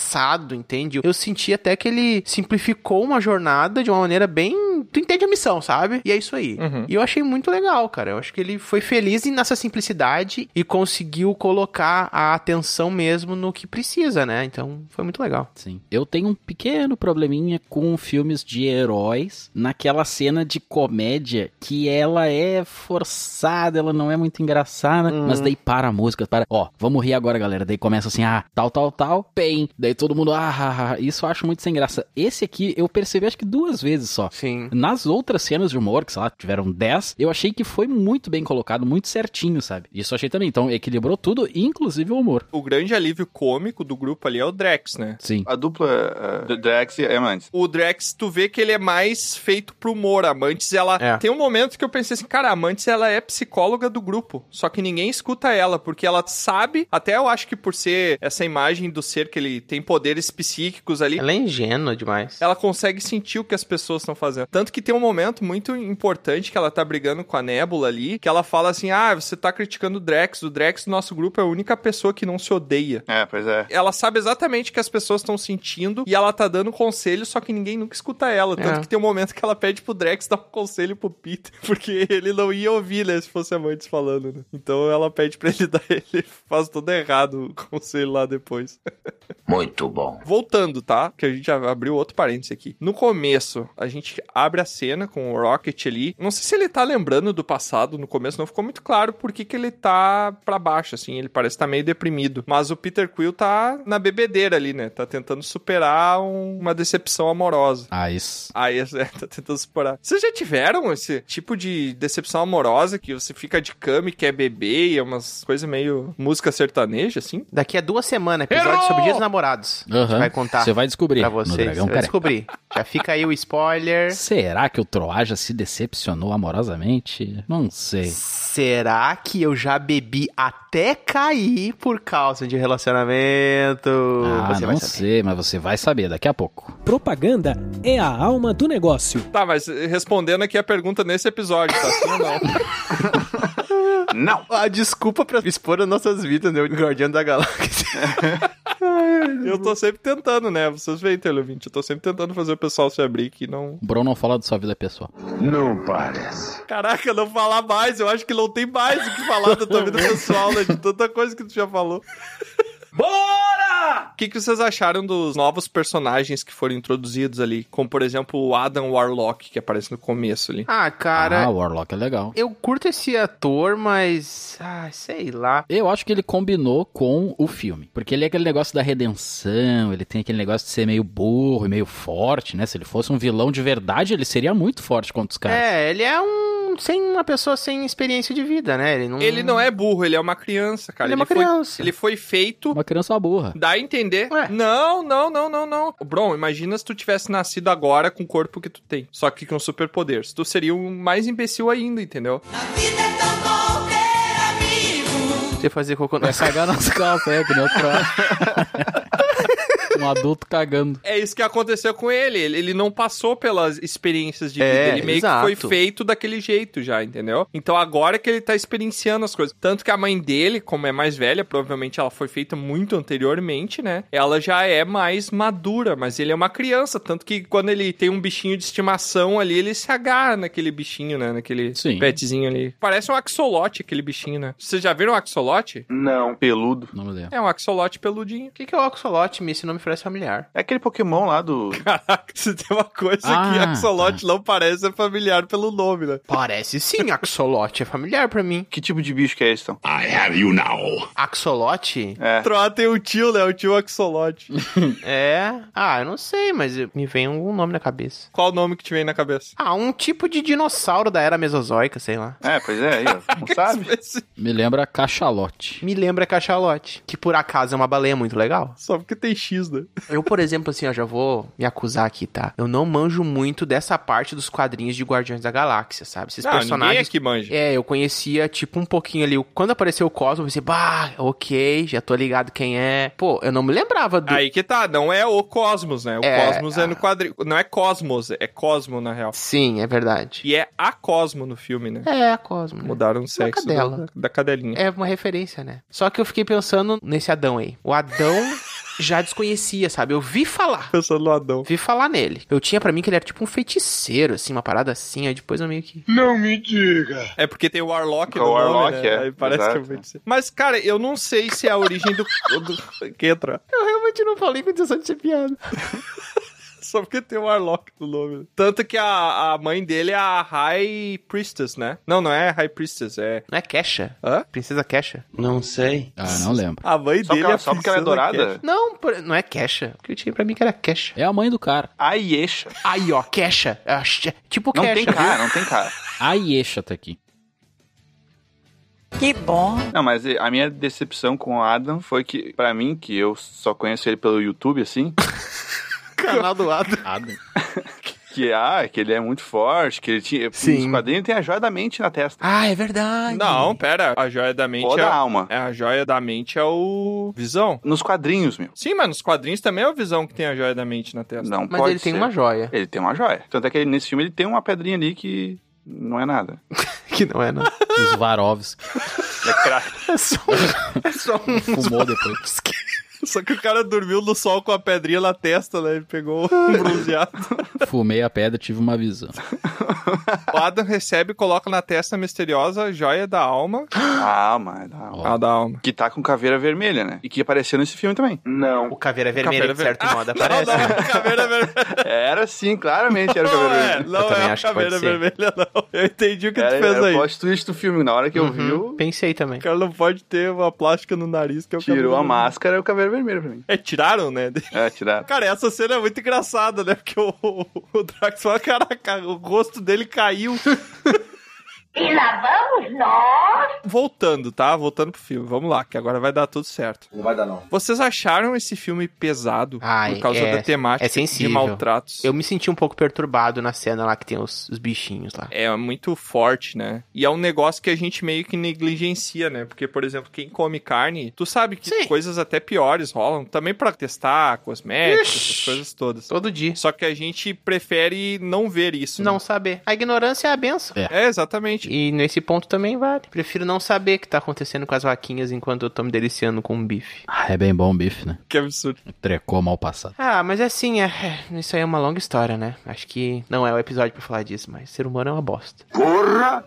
S3: entende? Eu senti até que ele simplificou uma jornada de uma maneira bem. Tu entende a missão, sabe? E é isso aí.
S1: Uhum.
S3: E eu achei muito legal, cara. Eu acho que ele foi feliz em- nessa simplicidade e conseguiu colocar a atenção mesmo no que precisa, né? Então foi muito legal.
S4: Sim. Eu tenho um pequeno probleminha com filmes de heróis naquela cena de comédia que ela é forçada, ela não é muito engraçada,
S3: Hum.
S4: mas daí para a música, para. Ó, vamos rir agora, galera. Daí começa assim, ah, tal, tal, tal, bem. Daí todo mundo, ah, ah, ah. isso eu acho muito sem graça. Esse aqui eu percebi acho que duas vezes só.
S3: Sim.
S4: Nas outras cenas de humor, que sei lá, tiveram 10, eu achei que foi muito bem colocado, muito certinho, sabe? Isso eu achei também. Então, equilibrou tudo, inclusive o humor.
S1: O grande alívio cômico do grupo ali é o Drex, né?
S4: Sim.
S5: A dupla uh, Drex e Amantes.
S1: O Drex, tu vê que ele é mais feito pro humor. A Mantis, ela.
S3: É.
S1: Tem um momento que eu pensei assim, cara, a Mantis, ela é psicóloga do grupo. Só que ninguém escuta ela, porque ela sabe. Até eu acho que por ser essa imagem do ser que ele tem poderes psíquicos ali.
S3: Ela é ingênua demais.
S1: Ela consegue sentir o que as pessoas estão fazendo. Tanto que tem um momento muito importante que ela tá brigando com a Nebula ali, que ela fala assim: Ah, você tá criticando o Drex. O Drex, do nosso grupo, é a única pessoa que não se odeia.
S5: É, pois é.
S1: Ela sabe exatamente o que as pessoas estão sentindo e ela tá dando conselho, só que ninguém nunca escuta ela. Tanto
S3: É.
S1: que tem um momento que ela pede pro Drex dar um conselho pro Peter, porque ele não ia ouvir, né, se fosse a Mantis falando, né? Então ela pede pra ele dar, ele faz tudo errado o conselho lá depois.
S6: Muito bom.
S1: Voltando, tá? Que a gente já abriu outro parênteses aqui. No começo, a gente abre a cena com o Rocket ali. Não sei se ele tá lembrando do passado no começo, não ficou muito claro por que, que ele tá pra baixo, assim. Ele parece tá meio deprimido. Mas o Peter Quill tá na bebedeira ali, né? Tá tentando superar um- uma decepção amorosa.
S4: Ah, isso.
S1: Aí é, tá tentando superar. Vocês já tiveram esse tipo de decepção amorosa que você fica de cama e quer beber e é umas coisas meio música sertaneja, assim?
S3: Daqui a duas semanas, episódio
S1: Errou!
S3: sobre dias dos namorados. A gente
S4: Aham.
S3: vai contar
S4: Você vai descobrir.
S3: pra
S4: No
S3: vocês.
S4: Dragão
S3: Você vai
S4: Careca.
S3: descobrir. Já fica aí o spoiler.
S4: Será que o Troá já se decepcionou amorosamente? Não sei.
S3: Será que eu já bebi até cair por causa de relacionamento?
S4: Ah,
S3: Você vai
S4: não
S3: saber.
S4: sei, mas você vai saber daqui a pouco.
S10: Propaganda é a alma do negócio.
S1: Tá, mas eh, respondendo aqui a pergunta nesse episódio, tá? Sim ou não?
S5: Não!
S3: A Ah, desculpa pra expor as nossas vidas, né? O Guardião da Galáxia.
S1: Eu tô sempre tentando, né? Vocês veem, Televinte, eu tô sempre tentando fazer o pessoal se abrir que não...
S4: O Bruno não fala da sua vida pessoal.
S6: Não parece.
S1: Caraca, não falar mais, eu acho que não tem mais o que falar da tua vida pessoal, né? De tanta coisa que tu já falou. Bora! O que, que vocês acharam dos novos personagens que foram introduzidos ali? Como, por exemplo, o Adam Warlock, que aparece no começo ali.
S3: Ah, cara,
S4: Ah, o Warlock é legal.
S3: Eu curto esse ator, mas. Ah, sei lá.
S4: Eu acho que ele combinou com o filme. Porque ele é aquele negócio da redenção, ele tem aquele negócio de ser meio burro e meio forte, né? Se ele fosse um vilão de verdade, ele seria muito forte contra os caras.
S3: É, ele é um sem, sem uma pessoa sem experiência de vida, né? Ele não,
S1: Ele não é burro, ele é uma criança, cara.
S3: Ele é uma
S1: foi-
S3: criança.
S1: ele foi feito
S4: Uma criança é uma burra.
S1: Dá a entender.
S3: Ué.
S1: Não, não, não, não, não. Bron, imagina se tu tivesse nascido agora com o corpo que tu tem. Só que com superpoderes. Tu seria um mais imbecil ainda, entendeu?
S3: Você fazer cocô
S4: Vai cagar nas calças, é, que nem o Troá. Um adulto cagando.
S1: É isso que aconteceu com ele. Ele, ele não passou pelas experiências de vida.
S3: É,
S1: ele meio
S3: exato.
S1: que foi feito daquele jeito já, entendeu? Então agora que ele tá experienciando as coisas. Tanto que a mãe dele, como é mais velha, provavelmente ela foi feita muito anteriormente, né? Ela já é mais madura, mas ele é uma criança. Tanto que quando ele tem um bichinho de estimação ali, ele se agarra naquele bichinho, né? Naquele
S4: Sim.
S1: petzinho ali. Parece um axolote aquele bichinho, né? Vocês já viram um axolote?
S5: Não. Peludo.
S4: Não me lembro.
S1: É um axolote peludinho.
S3: O que, que é o Oxolote, Mi? Esse nome parece familiar.
S5: É aquele Pokémon lá do.
S1: Caraca, se tem uma coisa
S4: Ah,
S1: que
S3: tá.
S1: axolote não parece é familiar pelo nome, né?
S3: Parece sim, Axolote é familiar pra mim.
S5: Que tipo de bicho que é esse, então?
S6: I have you now.
S3: Axolote?
S5: É.
S1: Troá tem o tio, né? O tio axolote.
S3: É. Ah, eu não sei, mas me vem algum nome na cabeça.
S1: Qual o nome que te vem na cabeça?
S3: Ah, um tipo de dinossauro da era mesozoica, sei lá.
S5: É, pois é, aí, ó. Não sabe?
S1: Esse-
S4: Me lembra cachalote.
S3: Me lembra cachalote, que por acaso é uma baleia muito legal.
S1: Só porque tem X, né?
S3: Eu, por exemplo, assim, ó, já vou me acusar aqui, tá? Eu não manjo muito dessa parte dos quadrinhos de Guardiões da Galáxia, sabe? Esses
S1: não, Ah, ninguém
S3: personagens
S1: aqui manja.
S3: É, eu conhecia, tipo, um pouquinho ali. Quando apareceu o Cosmo, eu pensei, bah, ok, já tô ligado quem é. Pô, eu não me lembrava do.
S1: Aí que tá, não é o Cosmos, né? O
S3: É,
S1: Cosmos é no quadrinho. Não é Cosmos, é Cosmo, na real.
S3: Sim, é verdade.
S1: E é a Cosmo no filme, né?
S3: É, Cosmo. Né?
S1: Mudaram o sexo do-
S3: cadela.
S1: da, cadelinha.
S3: É uma referência, né? Só que eu fiquei pensando nesse Adão aí. O Adão já desconhecia, sabe? Eu vi falar.
S1: Pensando no Adão.
S3: Vi falar nele. Eu tinha pra mim que ele era tipo um feiticeiro, assim, uma parada assim, aí depois eu meio que.
S1: É porque tem o Warlock
S5: O
S1: no
S5: Warlock,
S1: nome, né?
S5: é.
S1: Aí parece
S5: Exato.
S1: que eu vou dizer. Mas, cara, eu não sei se é a origem do... do... Que entra?
S3: Eu realmente não falei com intenção de ser piada.
S1: Só porque tem o Warlock no nome. Tanto que a, a mãe dele é a High Priestess, né? Não, não é High Priestess, é.
S3: Não é Kesha?
S1: Hã?
S3: Princesa Kesha?
S4: Ah, não lembro.
S1: A mãe
S5: Só,
S1: dele
S5: porque ela,
S1: é
S5: só porque ela é dourada?
S3: Não, por- não é Kesha. Porque eu tinha pra mim que era Kesha.
S4: É a mãe do cara.
S5: A Yesha.
S3: Aí, ó, Kesha. Ah, sh- Tipo
S5: Não
S3: Kesha.
S5: tem cara, não tem cara.
S4: A Yesha tá aqui.
S11: Que bom.
S5: Não, mas a minha decepção com o Adam foi que, pra mim, que eu só conheço ele pelo YouTube, assim,
S3: canal do lado.
S4: Adam.
S5: que, ah, que ele é muito forte, que ele tinha...
S3: Sim.
S5: Nos quadrinhos tem a joia da mente na testa.
S3: Ah, é verdade.
S1: Não, pera. A joia da mente
S5: Ou da
S1: é...
S5: alma.
S1: é. A joia da mente é o. Visão.
S5: Nos quadrinhos, meu.
S1: Sim, mas nos quadrinhos também é o Visão que tem a joia da mente na testa.
S5: Não
S3: Mas
S5: pode
S3: ele tem
S5: ser.
S3: uma joia.
S5: Ele tem uma joia. Tanto é que ele- nesse filme ele tem uma pedrinha ali que não é nada.
S3: Que não é, não.
S4: Os Varovski.
S5: É crack.
S3: É só um. É só um.
S4: Fumou depois.
S1: Só que o cara dormiu no sol com a pedrinha na testa, né? Ele pegou um bronzeado.
S4: Fumei a pedra, tive uma visão.
S1: o Adam recebe e coloca na testa a misteriosa joia da alma.
S5: ah, mas não.
S1: Ah, da alma.
S5: Que tá com caveira vermelha, né? E que apareceu nesse filme também.
S3: O caveira Ah, vermelha,
S1: Caveira
S3: de certo
S1: ver-
S3: modo,
S1: Não,
S3: aparece.
S1: não, é caveira vermelha.
S5: Era sim, claramente era o
S1: Não
S5: caveira
S1: é,
S5: vermelha.
S1: não
S3: também
S1: é a
S3: acho que pode
S1: caveira
S3: ser.
S1: vermelha, não. Eu entendi o que
S5: Era,
S1: tu fez
S5: era
S1: aí.
S5: o plot twist do filme. Na hora que eu vi,
S3: Uhum,
S5: eu
S3: Pensei também.
S1: O cara não pode ter uma plástica no nariz que é o
S5: tirou
S1: cabelo
S5: a
S1: vermelho.
S5: máscara e o caveira vermelho pra mim.
S1: É, tiraram, né?
S5: É, tiraram.
S1: Cara, essa cena é muito engraçada, né? Porque o, o, o Drax fala, caraca, o rosto dele caiu.
S7: E lá vamos nós.
S1: Voltando, tá? Voltando pro filme. Vamos lá, que agora vai dar tudo certo.
S6: Não vai dar, não.
S1: Vocês acharam esse filme pesado
S3: Ai,
S1: por causa
S3: é-
S1: da temática
S3: é
S1: de
S3: sensível.
S1: maltratos?
S3: Eu me senti um pouco perturbado na cena lá que tem os, os bichinhos lá.
S1: É muito forte, né? E é um negócio que a gente meio que negligencia, né? Porque, por exemplo, quem come carne, tu sabe que
S3: Sim.
S1: coisas até piores rolam. Também pra testar cosméticos,
S3: Ixi.
S1: essas coisas todas.
S3: Todo dia.
S1: Só que a gente prefere não ver isso.
S3: Não
S1: né?
S3: saber. A ignorância é a benção.
S1: É, exatamente.
S3: E nesse ponto também vale. Prefiro não saber o que tá acontecendo com as vaquinhas enquanto eu tô me deliciando com um bife.
S4: Ah, é bem bom o bife, né?
S1: Que absurdo.
S4: Trecou mal passado.
S3: Ah, mas assim, é, é, isso aí é uma longa história, né? Acho que não é o episódio pra falar disso, mas ser humano é uma bosta.
S6: Porra!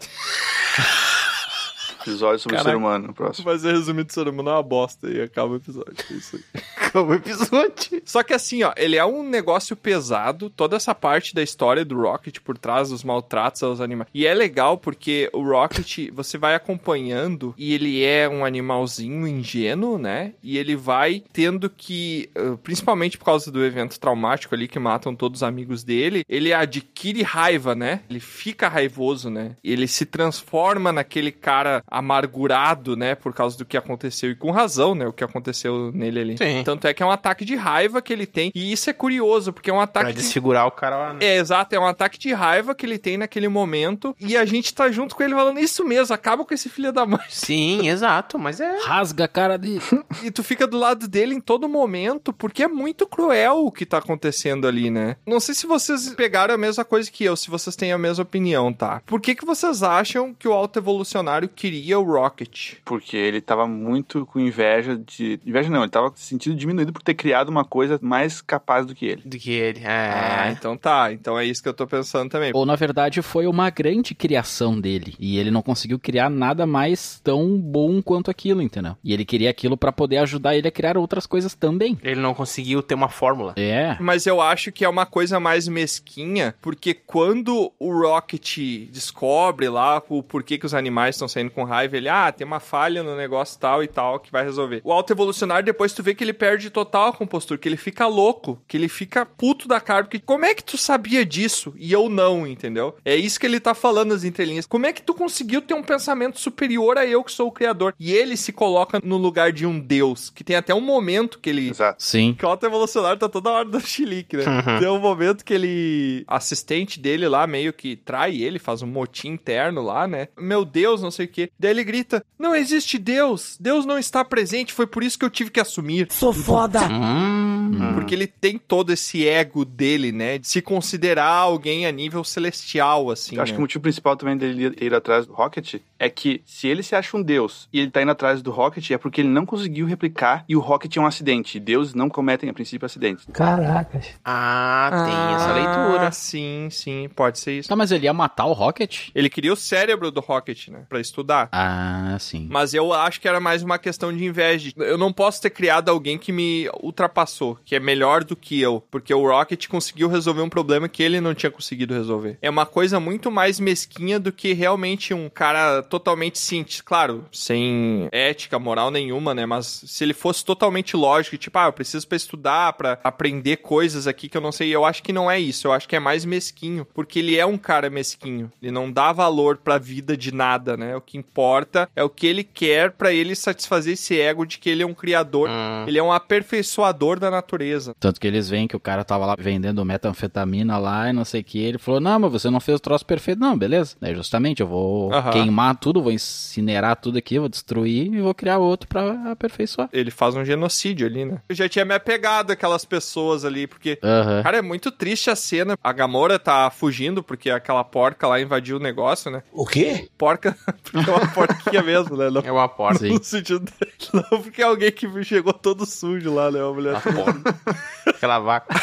S5: Episódio sobre o
S1: Caraca.
S5: ser humano, próximo.
S1: Mas eu resumido do ser humano é uma bosta e acaba o episódio. É isso aí.
S3: Como episódio.
S1: Só que assim, ó, ele é um negócio pesado, toda essa parte da história do Rocket por trás dos maltratos aos animais. E é legal porque o Rocket, você vai acompanhando e ele é um animalzinho ingênuo, né? E ele vai tendo que, eh, principalmente por causa do evento traumático ali que matam todos os amigos dele, ele adquire raiva, né? Ele fica raivoso, né? Ele se transforma naquele cara amargurado, né, por causa do que aconteceu e com razão, né, o que aconteceu nele ali.
S3: Sim.
S1: Tanto é que é um ataque de raiva que ele tem. E isso é curioso, porque é um ataque.
S3: Pra
S1: de-
S3: desfigurar o cara lá, né?
S1: É, exato, é um ataque de raiva que ele tem naquele momento. E a gente tá junto com ele falando, isso mesmo, acaba com esse filho da mãe.
S3: Sim, exato, mas é.
S4: Rasga a cara dele.
S1: E tu fica do lado dele em todo momento, porque é muito cruel o que tá acontecendo ali, né? Não sei se vocês pegaram a mesma coisa que eu, se vocês têm a mesma opinião, tá? Por que, que vocês acham que o autoevolucionário queria o Rocket?
S5: Porque ele tava muito com inveja de. Inveja não, ele tava se sentindo diminuído por ter criado uma coisa mais capaz do que ele.
S3: Do que ele.
S1: Ah,
S3: É.
S1: então tá. Então é isso que eu tô pensando também.
S4: Ou na verdade foi uma grande criação dele e ele não conseguiu criar nada mais tão bom quanto aquilo, entendeu? E ele queria aquilo pra poder ajudar ele a criar outras coisas também.
S3: Ele não conseguiu ter uma fórmula.
S4: É.
S1: Mas eu acho que é uma coisa mais mesquinha, porque quando o Rocket descobre lá o porquê que os animais estão saindo com raiva, ele, ah, tem uma falha no negócio tal e tal que vai resolver. O autoevolucionário, depois tu vê que ele perde total a compostura, que ele fica louco, que ele fica puto da cara, porque como é que tu sabia disso e eu não, entendeu? É isso que ele tá falando nas entrelinhas. Como é que tu conseguiu ter um pensamento superior a eu que sou o criador? E ele se coloca no lugar de um deus, que tem até um momento que ele
S5: Exato.
S4: Sim.
S1: que o auto evolucionário tá toda hora dando chilique, né? Tem um momento que ele. Assistente dele lá meio que trai ele, faz um motim interno lá, né? Meu Deus, não sei o quê. Daí ele grita: Não existe Deus! Deus não está presente, foi por isso que eu tive que assumir.
S10: Sou foda!
S4: Tá.
S3: Hum.
S1: Porque ele tem todo esse ego dele, né? De se considerar alguém a nível celestial, assim.
S5: Eu acho que um o
S1: né?
S5: motivo principal também dele ter ido atrás do Rocket é que se ele se acha um deus e ele tá indo atrás do Rocket é porque ele não conseguiu replicar e o Rocket é um acidente. E deuses não cometem, a princípio, acidentes.
S6: Caracas.
S3: Ah, tem essa leitura.
S1: Ah, sim, sim, pode ser isso.
S4: Tá, mas ele ia matar o Rocket?
S1: Ele queria o cérebro do Rocket, né? Pra estudar.
S4: Ah, sim.
S1: Mas eu acho que era mais uma questão de inveja. Eu não posso ter criado alguém que me ultrapassou, que é melhor do que eu, porque o Rocket conseguiu resolver um problema que ele não tinha conseguido resolver. É uma coisa muito mais mesquinha do que realmente um cara totalmente cientista. Claro, sem ética, moral nenhuma, né? Mas se ele fosse totalmente lógico, tipo, ah, eu preciso pra estudar, pra aprender coisas aqui que eu não sei, eu acho que não é isso. Eu acho que é mais mesquinho, porque ele é um cara mesquinho. Ele não dá valor pra vida de nada, né? O que importa é o que ele quer pra ele satisfazer esse ego de que ele é um criador,
S3: Hum.
S1: ele é um aperfeiçoador da natureza.
S4: Tanto que eles veem que o cara tava lá vendendo metanfetamina lá e não sei o que. Ele falou: Não, mas você não fez o troço perfeito, não, beleza? Daí, justamente, eu vou
S1: Aham.
S4: queimar tudo, vou incinerar tudo aqui, vou destruir e vou criar outro pra aperfeiçoar.
S1: Ele faz um genocídio ali, né? Eu já tinha me apegado àquelas pessoas ali, porque
S4: Aham.
S1: Cara, é muito triste a cena. A Gamora tá fugindo porque aquela porca lá invadiu o negócio, né?
S6: O quê?
S1: Porca, porque é uma porquinha mesmo, né? Não,
S3: É uma porta.
S4: Sim.
S1: no sentido dele, não, porque é alguém que chegou todo sujo lá, né? Uma mulher.
S4: Ah.
S3: A porta. Aquela vaca.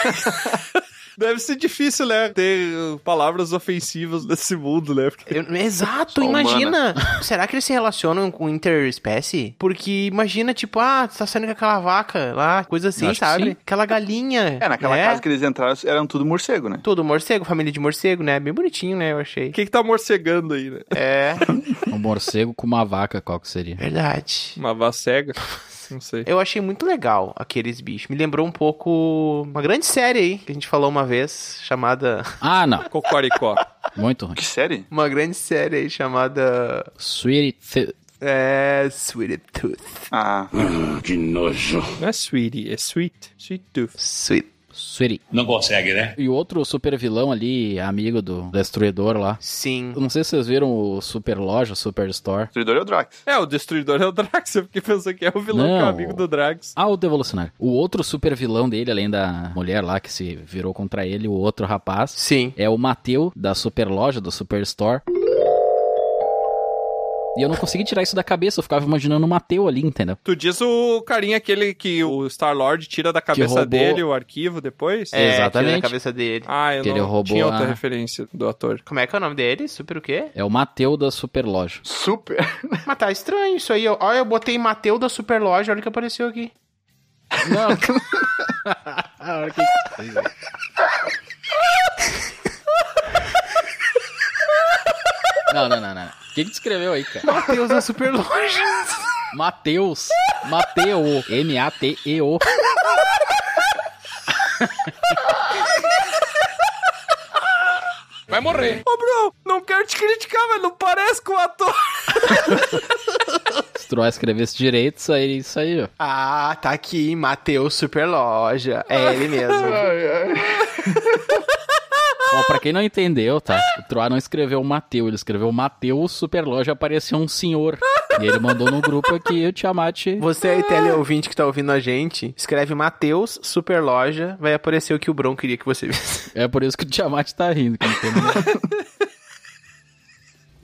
S1: Deve ser difícil, né? Ter uh, palavras ofensivas nesse mundo, né? Porque
S3: Eu- exato,
S5: Só
S3: imagina. Será que eles se relacionam com interespécie? Porque imagina, tipo, ah, tu tá saindo com aquela vaca lá, coisa
S4: Eu
S3: assim,
S4: acho que
S3: sabe?
S4: sim.
S3: Aquela galinha.
S5: É, naquela
S3: né?
S5: casa que eles entraram, eram tudo morcego, né?
S3: Todo morcego, família de morcego, né? Bem bonitinho, né? Eu achei.
S1: o que, que tá morcegando aí, né?
S3: É,
S4: Um morcego com uma vaca, qual que seria?
S3: verdade.
S1: Uma vacega? Não sei.
S3: Eu achei muito legal aqueles bichos. Me lembrou um pouco uma grande série aí que a gente falou uma vez, chamada.
S4: Ah, não.
S1: Cocoricó.
S4: Muito ruim.
S5: Que série?
S3: Uma grande série aí chamada.
S4: Sweetie. Th-
S3: É. Sweet Tooth.
S5: Ah,
S6: Que nojo.
S1: Não é sweetie, é sweet. Sweet tooth.
S3: Sweet.
S4: Sweetie.
S6: Não consegue, né?
S4: E o outro super vilão ali, amigo do destruidor lá.
S3: Sim.
S4: Eu não sei se vocês viram o Super Loja, Super Store.
S5: Destruidor é o Drax.
S1: É, o destruidor é o Drax. Eu fiquei pensando que é o vilão que é
S4: Não.
S1: o amigo do Drax.
S4: Ah, o Devolucionário. O outro super vilão dele, além da mulher lá que se virou contra ele, o outro rapaz,
S3: Sim.
S4: é o Mateu, da Super Loja, do Super Store. E eu não consegui tirar isso da cabeça, eu ficava imaginando o Mateu ali, entendeu?
S1: Tu diz o carinha aquele que o Star-Lord tira da cabeça
S4: roubou-
S1: dele o arquivo depois?
S4: É, exatamente.
S3: tira da cabeça dele.
S1: Ah, eu
S4: Que ele
S1: não
S4: roubou
S1: tinha outra
S4: a-
S1: referência do ator.
S3: Como é que é o nome dele? Super o quê?
S4: É o Mateu da Superloja.
S5: Super.
S3: Mas tá estranho isso aí. Olha, eu botei Mateu da Superloja, olha o que apareceu aqui.
S4: Não, não, não, não. não. Quem que escreveu aí, cara?
S3: Mateus da Superloja.
S4: Mateus. Mateu. M-A-T-E-O.
S6: Vai morrer.
S1: Ô, bro, não quero te criticar, mas não parece com o ator.
S4: Se tu escrevesse direito, sairia isso aí, ó.
S3: Ah, tá aqui, Mateus Superloja. É ele mesmo.
S4: Ó, pra quem não entendeu, tá? O Troá não escreveu o Mateu, ele escreveu Mateus Superloja, apareceu um senhor. E ele mandou no grupo aqui o Tiamat.
S3: Você
S5: Ah.
S3: aí, teleouvinte que tá ouvindo a gente, escreve Mateus Superloja, vai aparecer o que o Bron queria que você visse.
S4: É por isso que o Tiamat tá rindo. que não tem nada.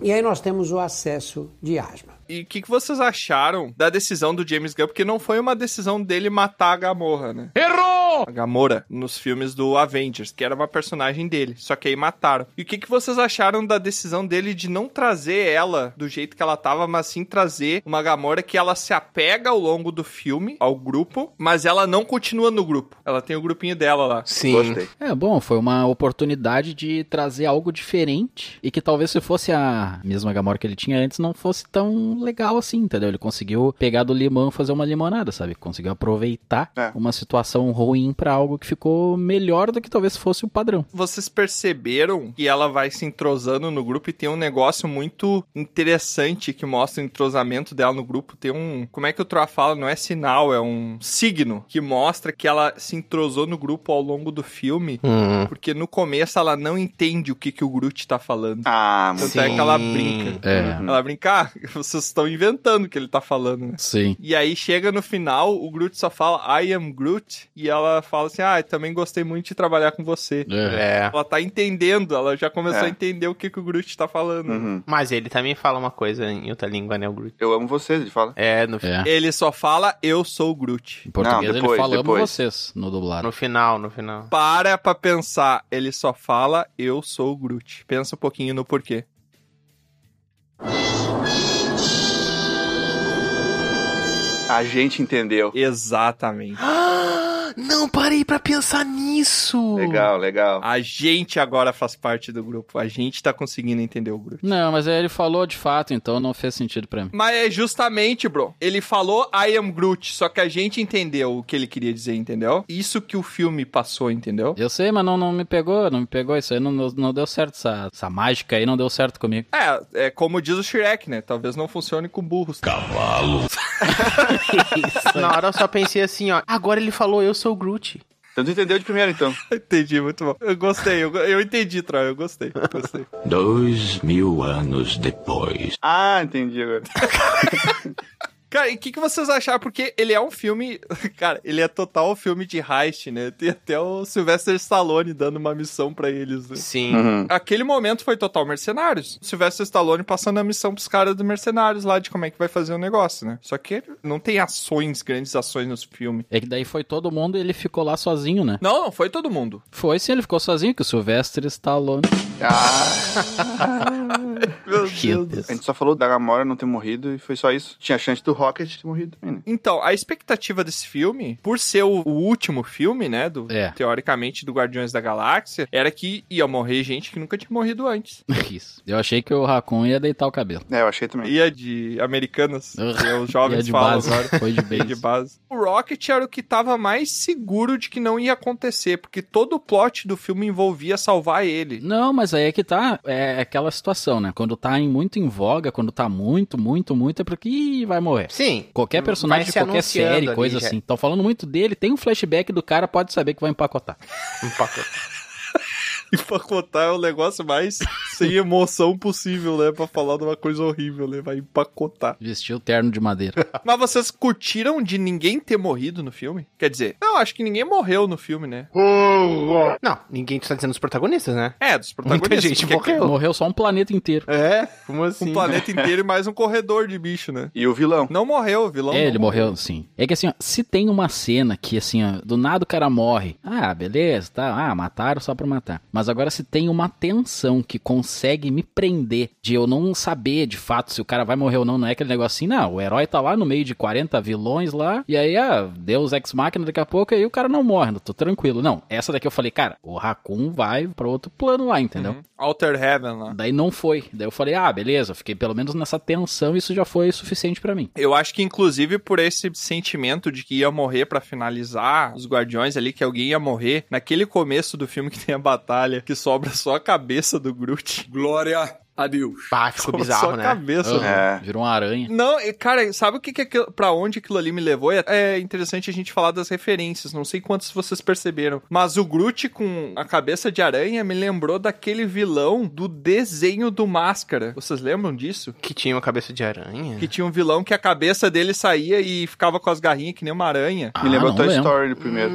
S11: E aí nós temos o acesso de asma.
S1: E o que, que vocês acharam da decisão do James Gunn? Porque não foi uma decisão dele matar a Gamorra, né? Errou! A Gamora, nos filmes do Avengers, que era uma personagem dele. Só que aí mataram. E o que, que vocês acharam da decisão dele de não trazer ela do jeito que ela tava, mas sim trazer uma Gamora que ela se apega ao longo do filme, ao grupo, mas ela não continua no grupo. Ela tem o grupinho dela lá.
S3: Sim.
S5: Gostei.
S4: É bom, foi uma oportunidade de trazer algo diferente e que talvez se fosse a mesma Gamora que ele tinha antes não fosse tão legal assim, entendeu? Ele conseguiu pegar do limão e fazer uma limonada, sabe? Conseguiu aproveitar
S5: É.
S4: uma situação ruim pra algo que ficou melhor do que talvez fosse o padrão.
S1: vocês perceberam que ela vai se entrosando no grupo e tem um negócio muito interessante que mostra o entrosamento dela no grupo. Tem um. Como é que o Troa fala? Não é sinal, é um signo que mostra que ela se entrosou no grupo ao longo do filme.
S3: Hum.
S1: Porque no começo ela não entende o que, que o Groot tá falando.
S5: Ah,
S1: Tanto
S5: mano.
S1: é que ela
S3: sim.
S1: brinca.
S4: É.
S1: Ela brinca, ah, vocês estão inventando o que ele tá falando, né?
S4: Sim.
S1: E aí chega no final, o Groot só fala I am Groot. E ela fala assim: Ah, eu também gostei muito de trabalhar com você.
S3: É.
S1: Ela tá entendendo, ela já começou
S5: É.
S1: a entender o que, que o Groot tá falando.
S5: Uhum.
S3: Mas ele também fala uma coisa em outra língua, né, o Groot?
S5: Eu amo vocês, ele fala.
S3: É, no,
S4: É.
S1: Ele só fala, eu sou o Groot.
S4: Em português
S5: Não, depois,
S4: ele falamos
S5: depois.
S4: vocês no dublado.
S3: no final, no final.
S1: Para pra pensar, ele só fala, eu sou o Groot. Pensa um pouquinho no porquê.
S5: A gente entendeu.
S1: Exatamente.
S3: Não parei pra pensar nisso!
S5: Legal, legal.
S1: A gente agora faz parte do grupo, a gente tá conseguindo entender o Groot.
S4: Não, mas aí ele falou de fato, então não fez sentido pra mim.
S1: Mas é justamente, bro. Ele falou I am Groot, só que a gente entendeu o que ele queria dizer, entendeu? Isso que o filme passou, entendeu?
S4: Eu sei, mas não, não me pegou, não me pegou. Isso aí não, não não deu certo. Essa, essa mágica aí não deu certo comigo.
S1: É, é como diz o Shrek, né? Talvez não funcione com burros.
S3: Na hora eu só pensei assim, ó. Agora ele falou, eu sou o Groot.
S5: Então tu entendeu de primeiro, então.
S1: Entendi, muito bom. Eu gostei, eu, go- eu entendi, Troy, eu gostei, gostei.
S6: Dois mil anos depois.
S5: Ah, entendi agora.
S1: Cara, e o que, que vocês acharam? Porque ele é um filme. Cara, ele é total um filme de heist, né? Tem até o Sylvester Stallone dando uma missão pra eles. Né?
S3: Sim.
S5: Uhum.
S1: Aquele momento foi total mercenários. Sylvester Stallone passando a missão pros caras do mercenários lá de como é que vai fazer o negócio, né? Só que não tem ações, grandes ações nos filmes.
S4: É que daí foi todo mundo e ele ficou lá sozinho, né?
S1: Não, não foi todo mundo.
S4: Foi sim, ele ficou sozinho, que o Silvestre Stallone.
S1: Meu
S4: Meu Deus.
S5: A gente só falou da Gamora não ter morrido e foi só isso. Tinha chance do Rocket ter morrido também, né?
S1: Então, a expectativa desse filme, por ser o, o último filme, né, do
S4: É.
S1: teoricamente do Guardiões da Galáxia, era que ia morrer gente que nunca tinha morrido antes.
S4: Isso. Eu achei que o Racon ia deitar o cabelo.
S5: É, eu achei também.
S1: Ia de americanas,
S4: Ugh.
S1: que os
S4: ia
S1: jovens
S4: de
S1: falam
S4: base,
S1: agora.
S4: foi de
S1: Ia de base.
S4: base.
S1: O Rocket era o que tava mais seguro de que não ia acontecer, porque todo o plot do filme envolvia salvar ele.
S4: Não, mas aí é que tá, é aquela situação, né? Quando tá em- muito em voga, quando tá muito, muito, muito, é porque Ih, vai morrer.
S3: Sim.
S4: Qualquer
S3: Vai
S4: personagem de
S3: Hum, se
S4: qualquer
S3: anunciando
S4: série,
S3: ali
S4: coisa
S3: já.
S4: assim. Estão falando muito dele, tem um flashback do cara, pode saber que vai empacotar.
S3: Um pacote.
S1: Empacotar é o negócio mais sem emoção possível, né? Pra falar de uma coisa horrível, né? Vai empacotar.
S4: Vestiu o terno de madeira.
S1: Mas vocês curtiram de ninguém ter morrido no filme? Quer dizer, não, acho que ninguém morreu no filme, né?
S3: Não, ninguém está dizendo os protagonistas, né?
S1: É, dos protagonistas.
S3: Muita gente
S1: porque-
S3: morreu.
S4: Morreu só um planeta inteiro.
S3: É? Como assim?
S1: Um planeta inteiro e mais um corredor de bicho, né?
S5: E o vilão.
S1: Não morreu, o vilão.
S4: É,
S1: não
S4: ele morreu, sim. É que assim, ó, se tem uma cena que assim, ó, do nada o cara morre. Ah, beleza, tá. Ah, mataram só pra matar. Mas agora se tem uma tensão que consegue me prender de eu não saber de fato se o cara vai morrer ou não, não é aquele negócio assim, não, o herói tá lá no meio de 40 vilões lá, e aí, ah, Deus ex máquina daqui a pouco, e aí o cara não morre, não tô tranquilo. Não, essa daqui eu falei, cara, o Raccoon vai pra outro plano lá, entendeu?
S1: Uhum. Alter Heaven lá.
S4: Daí não foi. Daí eu falei, ah, beleza, eu fiquei pelo menos nessa tensão, isso já foi suficiente pra mim.
S1: Eu acho que, inclusive, por esse sentimento de que ia morrer pra finalizar os Guardiões ali, que alguém ia morrer, naquele começo do filme que tem a batalha, que sobra só a cabeça do Groot.
S12: Glória a Deus.
S3: Pá, ficou
S1: Sobra só
S3: bizarro,
S1: a
S3: né?
S1: cabeça.
S4: Ah,
S5: É.
S4: Virou uma aranha.
S1: Não, e, cara, sabe o que, que aquilo, pra onde aquilo ali me levou? É, é interessante a gente falar das referências, não sei quantos vocês perceberam, mas o Groot com a cabeça de aranha me lembrou daquele vilão do desenho do Máscara. Vocês lembram disso?
S3: Que tinha uma cabeça de aranha.
S1: Que tinha um vilão que a cabeça dele saía e ficava com as garrinhas que nem uma aranha.
S5: Me lembra
S4: não
S5: Toy
S4: lembro.
S5: Story do primeiro.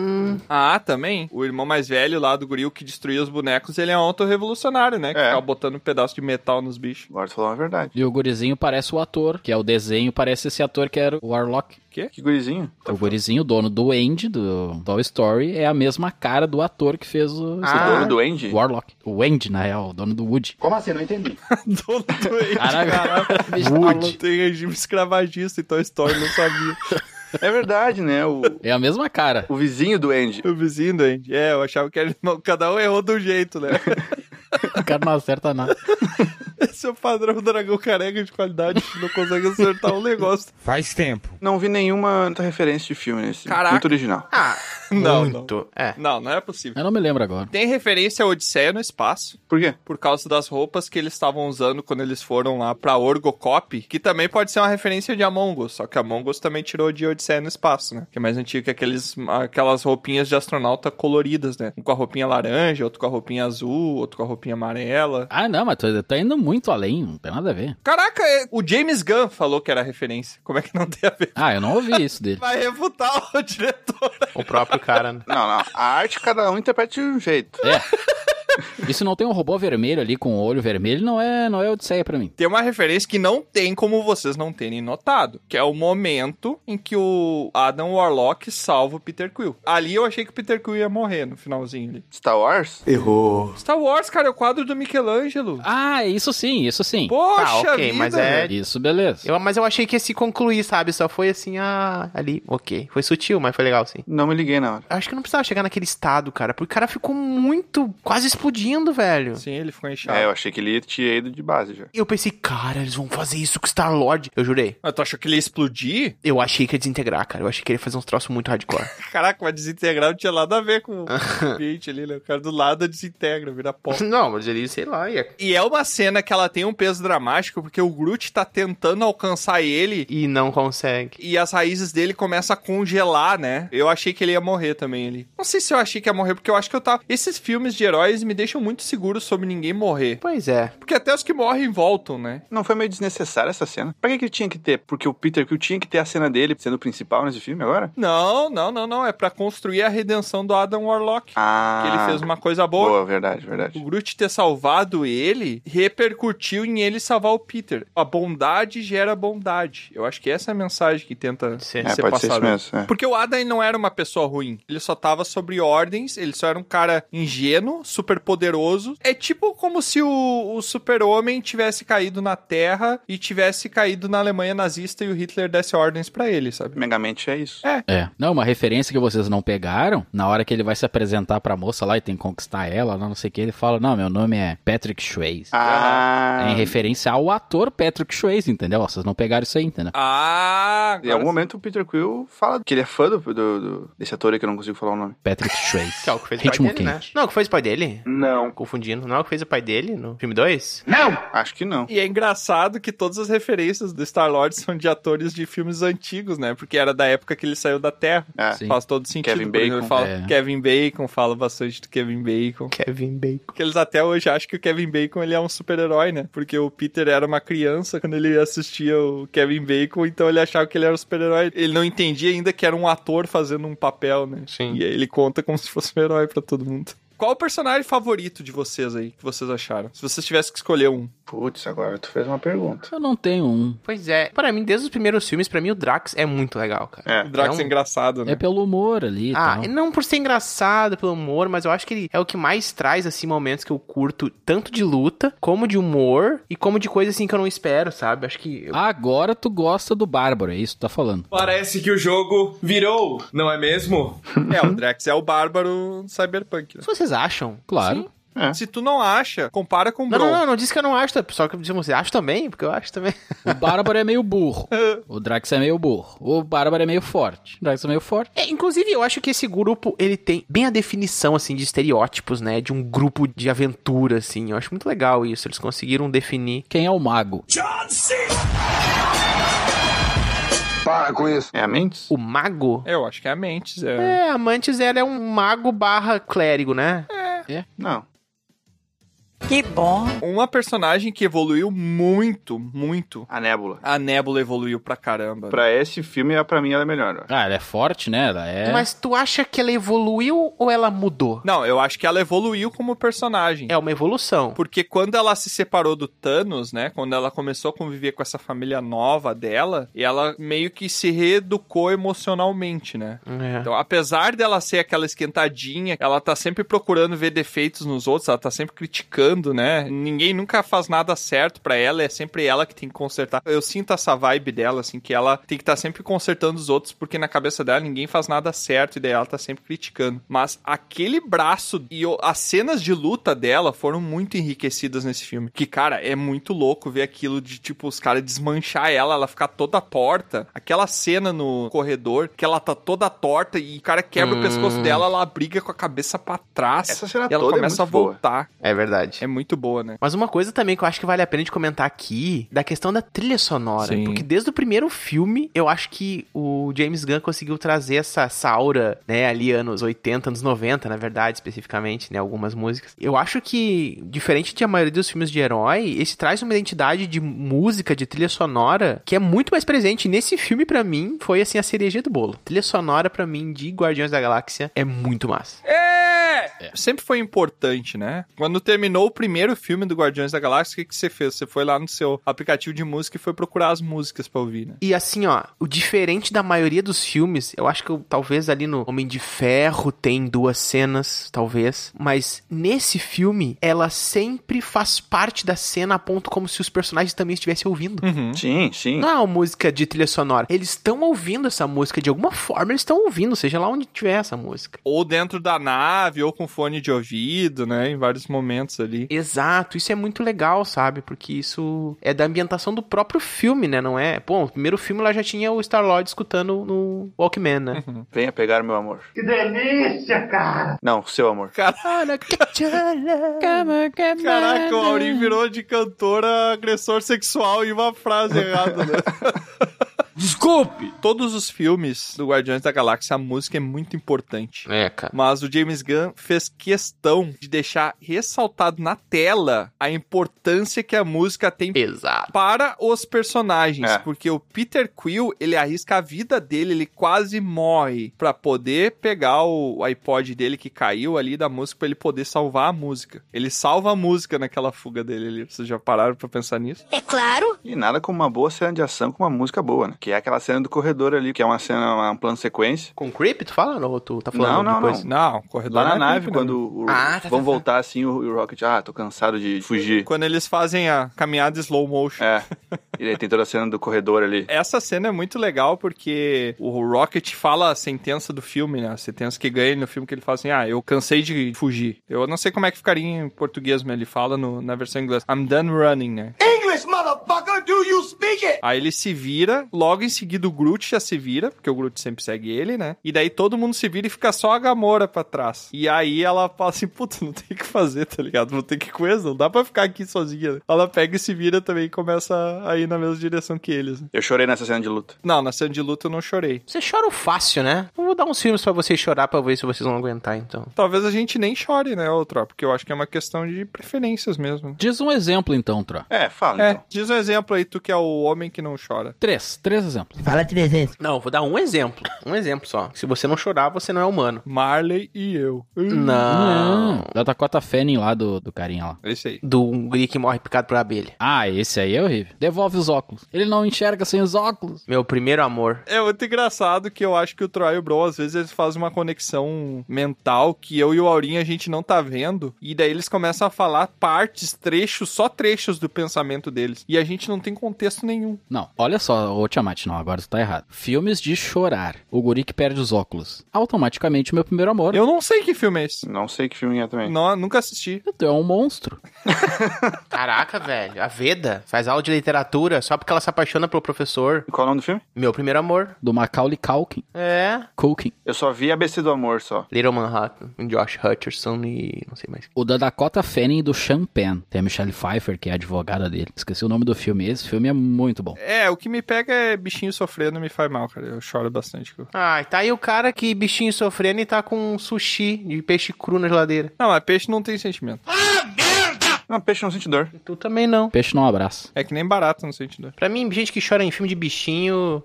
S1: Ah, também. O irmão mais velho lá do Gril que destruía os bonecos, ele é um autorrevolucionário, né? Que
S5: É.
S1: ficava botando um pedaço de metal nos bichos.
S5: Agora tu falou uma verdade.
S4: E o gurizinho parece o ator, que é o desenho, parece esse ator que era o Warlock.
S5: Que gurizinho.
S4: o gurizinho, o dono do Andy, do Toy Story, é a mesma cara do ator que fez o...
S5: O
S3: Ah.
S5: dono do Andy?
S4: o Warlock. O Andy, na real, o dono do Woody.
S12: Como assim? Não entendi.
S1: Dono doente,
S4: Caralho.
S1: Caralho. Tem regime escravagista, então a história não sabia.
S5: É verdade, né? O,
S4: É a mesma cara.
S5: o vizinho do Andy.
S1: o vizinho do Andy. É, eu achava que era irmão. Cada um errou do jeito, né?
S4: O cara não acerta nada.
S1: Esse é o padrão dragão careca de qualidade. Não consegue acertar um negócio.
S10: Faz tempo.
S5: Não vi nenhuma outra referência de filme nesse.
S1: Caraca.
S5: Muito original.
S3: Ah,
S1: Não, não.
S3: muito. É.
S1: Não, não é possível.
S4: Eu não me lembro agora.
S1: Tem referência a Odisseia no espaço.
S5: Por quê?
S1: por causa das roupas que eles estavam usando quando eles foram lá pra Orgocop, que também pode ser uma referência de Among Us, só que Among Us também tirou de Odisseia no Espaço, né? Que é mais antigo que aqueles, aquelas roupinhas de astronauta coloridas, né? Um com a roupinha laranja, outro com a roupinha azul, outro com a roupinha amarela.
S4: Ah, não, mas tu tá indo muito além, não tem nada a ver.
S1: Caraca, é- o James Gunn falou que era referência. Como é que não tem a ver?
S4: Ah, eu não ouvi isso dele.
S1: Vai refutar o diretor.
S3: O próprio cara. né?
S5: Não, não. A arte cada um interpreta de um jeito.
S4: E se É. não tem um robô vermelho ali com o olho vermelho, não é, não é Odisseia pra mim.
S1: Tem uma referência que não tem como vocês não terem notado, que é o momento em que o Adam Warlock salva o Peter Quill. Ali eu achei que o Peter Quill ia morrer no finalzinho ali.
S5: Star Wars?
S9: Errou.
S1: Star Wars, cara, é o quadro do Michelangelo.
S4: Ah, isso sim, isso sim.
S1: Poxa
S3: tá, ok,
S1: vida,
S3: mas é.
S4: Isso, beleza.
S3: Eu, mas eu achei que ia se concluir, sabe? Só foi assim, ah, ali, ok. Foi sutil, mas foi legal, sim.
S5: Não me liguei na hora.
S3: Acho que não precisava chegar naquele estado, cara, porque o cara ficou muito. quase explodindo, velho.
S1: Sim, ele ficou inchado.
S5: É, eu achei que ele tinha ido de base já.
S3: Eu pensei, cara, eles vão fazer isso com o Star-Lord. Eu jurei.
S1: Mas tu achou que ele ia explodir?
S3: Eu achei que ia desintegrar, cara. Eu achei que ele ia fazer uns troços muito hardcore.
S1: Caraca, mas desintegrar não tinha nada a ver com o ambiente ali, né? O cara do lado desintegra, vira pó.
S3: não, mas ele, sei lá, ia.
S1: E é uma cena que ela tem um peso dramático, porque o Groot tá tentando alcançar ele
S3: E não consegue.
S1: e as raízes dele começam a congelar, né? Eu achei que ele ia morrer também ali. Não sei se eu achei que ia morrer, porque eu acho que eu tava. Esses filmes de heróis me deixam muito seguro sobre ninguém morrer.
S3: Pois é.
S1: Porque até os que morrem voltam, né?
S5: Não foi meio desnecessária essa cena? Pra que, que tinha que ter? Porque o Peter Quill tinha que ter a cena dele sendo o principal nesse filme agora?
S1: Não, não, não, não. É pra construir a redenção do Adam Warlock.
S5: Ah.
S1: Que ele fez uma coisa boa.
S5: Boa, verdade,
S1: O
S5: verdade.
S1: Groot ter salvado ele repercutiu em ele salvar o Peter. A bondade gera bondade. Eu acho que essa é a mensagem que tenta ser
S3: Sim.
S5: É, pode ser isso
S1: passada.
S5: mesmo. é.
S1: Porque o Adam não era uma pessoa ruim. Ele só tava sobre ordens, ele só era um cara ingênuo, super poderoso. É tipo como se o, o super-homem tivesse caído na Terra e tivesse caído na Alemanha nazista e o Hitler desse ordens pra ele, sabe?
S5: Megamente é isso.
S4: É. Não, uma referência que vocês não pegaram, na hora que ele vai se apresentar pra moça lá e tem que conquistar ela, lá, não sei o que, ele fala, não, meu nome é Patrick Swayze.
S5: Ah.
S4: É em referência ao ator Patrick Swayze, entendeu? Ó, Vocês não pegaram isso aí, entendeu?
S1: Ah,
S5: Em
S1: agora
S5: algum momento o Peter Quill fala que ele é fã do, do- do- desse ator aí que eu não consigo falar o nome.
S4: Patrick Swayze.
S3: Que é o que fez o pai
S4: Ritmo
S3: dele, né?
S4: quente.
S3: Não, o que fez o pai dele?
S5: Não.
S3: Confundindo. Não é o que fez o pai dele no filme 2?
S5: Não! Acho que não.
S1: E é engraçado que todas as referências do Star-Lord são de atores de filmes antigos, né? Porque era da época que ele saiu da Terra.
S5: É.
S1: Faz todo sentido.
S5: Kevin
S1: por exemplo,
S5: Bacon.
S1: Fala,
S5: É.
S1: Kevin Bacon, fala bastante do Kevin Bacon.
S3: Kevin Bacon.
S1: Que eles até hoje acham que o Kevin Bacon ele é um super-herói, né? Porque o Peter era uma criança quando ele assistia o Kevin Bacon, então ele achava que ele era um super-herói. Ele não entendia ainda que era um ator fazendo um papel, né?
S3: Sim.
S1: E aí ele conta como se fosse um herói pra todo mundo. Qual o personagem favorito de vocês aí, que vocês acharam? Se vocês tivessem que escolher um.
S5: Putz, agora tu fez uma pergunta.
S4: Eu não tenho um.
S3: Pois é. Pra mim, desde os primeiros filmes, pra mim o Drax é muito legal, cara.
S5: É.
S1: O Drax
S3: Não-
S1: é engraçado, né?
S4: É pelo humor ali e
S3: Ah,
S4: tal.
S3: não por ser engraçado, pelo humor, mas eu acho que ele é o que mais traz, assim, momentos que eu curto, tanto de luta, como de humor, e como de coisa, assim, que eu não espero, sabe? Acho que...
S4: Ah.
S3: eu-
S4: Agora tu gosta do Bárbaro, é isso que tu tá falando.
S13: Parece que o jogo virou, não é mesmo?
S3: Uhum.
S1: É, o Drax é o bárbaro cyberpunk, né?
S3: Se vocês acham...
S4: Claro.
S3: Sim.
S5: É.
S1: Se tu não acha, compara com o
S3: Não,
S1: Bron.
S3: não, não, não disse que eu não acho, tá? só que eu disse você acha também, porque eu acho também.
S4: O Bárbaro é meio burro. O Drax é meio burro. O Bárbaro é meio forte. O Drax é meio forte.
S3: É, inclusive, eu acho que esse grupo, ele tem bem a definição, assim, de estereótipos, né? De um grupo de aventura, assim. Eu acho muito legal isso. Eles conseguiram definir.
S4: Quem é o mago?
S5: Para com isso. É a Mendes?
S3: O mago.
S1: Eu acho que é a Mentes. É.
S3: É, a Mantis, ela é um mago barra clérigo, né?
S5: Não.
S14: Que bom.
S1: Uma personagem que evoluiu muito, muito.
S5: A Nébula.
S1: A Nebula evoluiu pra caramba. né?
S5: Pra esse filme, pra mim, ela é melhor. eu acho.
S4: Ah, ela é forte, né? Ela é.
S3: Mas tu acha que ela evoluiu ou ela mudou?
S1: Não, eu acho que ela evoluiu como personagem.
S3: É uma evolução.
S1: Porque quando ela se separou do Thanos, né? Quando ela começou a conviver com essa família nova dela, e ela meio que se reeducou emocionalmente, né?
S3: É.
S1: Então, apesar dela ser aquela esquentadinha, ela tá sempre procurando ver defeitos nos outros, ela tá sempre criticando, né? Ninguém nunca faz nada certo pra ela, é sempre ela que tem que consertar. Eu sinto essa vibe dela, assim, que ela tem que estar sempre consertando os outros, porque na cabeça dela ninguém faz nada certo e daí ela tá sempre criticando. Mas aquele braço e o- as cenas de luta dela foram muito enriquecidas nesse filme. Que, cara, é muito louco ver aquilo de, tipo, os caras desmanchar ela, ela ficar toda torta. Aquela cena no corredor que ela tá toda torta e o cara quebra o pescoço dela, ela briga com a cabeça pra trás.
S5: Essa cena
S1: e ela
S5: toda é
S1: começa a
S5: muito boa.
S1: voltar.
S3: É verdade.
S1: É muito boa, né?
S3: Mas uma coisa também que eu acho que vale a pena de comentar aqui, da questão da trilha sonora.
S1: Sim.
S3: Porque desde o primeiro filme, eu acho que o James Gunn conseguiu trazer essa, essa aura, né, ali anos 80, anos 90, na verdade, especificamente, né, algumas músicas. Eu acho que, diferente de a maioria dos filmes de herói, esse traz uma identidade de música, de trilha sonora, que é muito mais presente. Nesse filme, pra mim, foi, assim, a cereja do bolo. Trilha sonora, pra mim, de Guardiões da Galáxia, é muito massa.
S1: Sempre foi importante, né? Quando terminou o primeiro filme do Guardiões da Galáxia, o que, que você fez? Você foi lá no seu aplicativo de música e foi procurar as músicas pra ouvir, né?
S3: E assim, ó, o diferente da maioria dos filmes, eu acho que eu- talvez ali no Homem de Ferro tem duas cenas, talvez, mas nesse filme ela sempre faz parte da cena a ponto como se os personagens também estivessem ouvindo.
S1: Uhum.
S5: Sim, sim.
S3: Não é uma música de trilha sonora. Eles estão ouvindo essa música de alguma forma, eles estão ouvindo, seja lá onde tiver essa música.
S1: Ou dentro da nave, ou com fone de ouvido, né? Em vários momentos ali.
S3: Exato, isso é muito legal, sabe? Porque isso é da ambientação do próprio filme, né? Não é. Bom, o primeiro filme lá já tinha o Star-Lord escutando no Walkman, né?
S5: Venha pegar meu amor.
S2: Que delícia, cara!
S5: Não, seu amor.
S1: Caraca, o Aurim virou de cantor a agressor sexual em uma frase errada, né?
S13: Desculpe!
S1: Todos os filmes do Guardiões da Galáxia, a música é muito importante.
S3: É, cara.
S1: Mas o James Gunn fez questão de deixar ressaltado na tela a importância que a música tem
S3: Exato.
S1: para os personagens,
S5: É.
S1: porque o Peter Quill, ele arrisca a vida dele, ele quase morre pra poder pegar o iPod dele que caiu ali da música pra ele poder salvar a música. Ele salva a música naquela fuga dele ali. Vocês já pararam pra pensar nisso?
S14: É claro.
S5: E nada como uma boa cena de ação com uma música boa, né? Que é aquela cena do corredor ali, que é uma cena, uma- um plano sequência.
S3: Com creep, tu fala? Ou tu tá falando
S5: Não,
S3: alguma
S5: não,
S3: coisa?
S1: Não, corredor
S5: Lá na
S1: não é
S5: nave,
S1: creep,
S5: quando
S1: não.
S5: o,
S3: Ah, tá, tá,
S5: vão
S3: tá.
S5: voltar assim, o, o Rocket, ah, tô cansado de fugir.
S1: quando eles fazem a caminhada slow motion.
S5: É. E aí tem toda a cena do corredor ali.
S1: Essa cena é muito legal porque o Rocket fala a sentença do filme, né? A sentença que ganha no filme que ele fala assim: Ah, eu cansei de fugir. Eu não sei como é que ficaria em português, mas ele fala no- na versão em inglês: I'm done running, né? English
S15: English, motherfucker! Do you speak it?
S1: Aí ele se vira, logo em seguida o Groot já se vira, porque o Groot sempre segue ele, né? E daí todo mundo se vira e fica só a Gamora pra trás. E aí ela fala assim, puta, não tem o que fazer, tá ligado? Vou ter que ir com eles, não dá pra ficar aqui sozinha. Ela pega e se vira também e começa a ir na mesma direção que eles. né?
S5: Eu chorei nessa cena de luta.
S1: Não, na cena de luta eu não chorei.
S3: Vocês choram fácil, né? Eu vou dar uns filmes pra vocês chorar pra ver se vocês vão aguentar, então.
S1: Talvez a gente nem chore, né, ô Tro? Porque eu acho que é uma questão de preferências mesmo.
S4: Diz um exemplo, então, Tro.
S5: É, fala, é, então.
S1: Diz um exemplo aí, tu que é o homem que não chora.
S4: Três, três exemplos.
S16: Fala três vezes.
S3: Não, vou dar um exemplo. Um exemplo só. Se você não chorar, você não é humano.
S1: Marley e eu.
S3: Não. não.
S4: Da Dakota Fanning lá do, do carinha lá.
S1: Esse É aí.
S3: Do um guri que morre picado por abelha.
S4: Ah, esse aí é horrível. Devolve os óculos. Ele não enxerga sem os óculos.
S3: Meu primeiro amor.
S1: É muito engraçado que eu acho que o Troy e o Bro, às vezes, eles fazem uma conexão mental que eu e o Aurinho a gente não tá vendo. E daí eles começam a falar partes, trechos, só trechos do pensamento deles. E a gente não tem contexto nenhum.
S4: Não, olha só, ô Tiamat, não, agora tu tá errado. Filmes de chorar. O guri que perde os óculos. Automaticamente, meu primeiro amor.
S1: Eu não sei que filme é esse.
S5: Não sei que filme é também.
S1: Não, nunca assisti.
S4: Tu é um monstro.
S3: Caraca, velho. A Veda faz aula de literatura só porque ela se apaixona pelo professor.
S5: Qual é o nome do filme?
S3: Meu Primeiro Amor.
S4: Do Macaulay Culkin.
S3: É.
S4: Culkin.
S5: Eu só vi ABC do Amor, só.
S3: Little Manhattan, Josh Hutcherson e não sei mais.
S4: O da Dakota Fanning do Sean Penn. Tem a Michelle Pfeiffer, que é a advogada dele. Esqueci o nome do filme. Esse filme é muito bom.
S1: É, o que me pega é bichinho sofrendo me faz mal, cara. Eu choro bastante.
S3: Ah, tá aí o cara que bichinho sofrendo e tá com sushi de peixe cru na geladeira.
S1: Não, mas peixe não tem sentimento.
S15: Ah, merda!
S5: Não, peixe não sente dor.
S3: E tu também não.
S4: Peixe não abraça.
S1: É que nem barato não sente dor.
S3: Pra mim, gente que chora em filme de bichinho,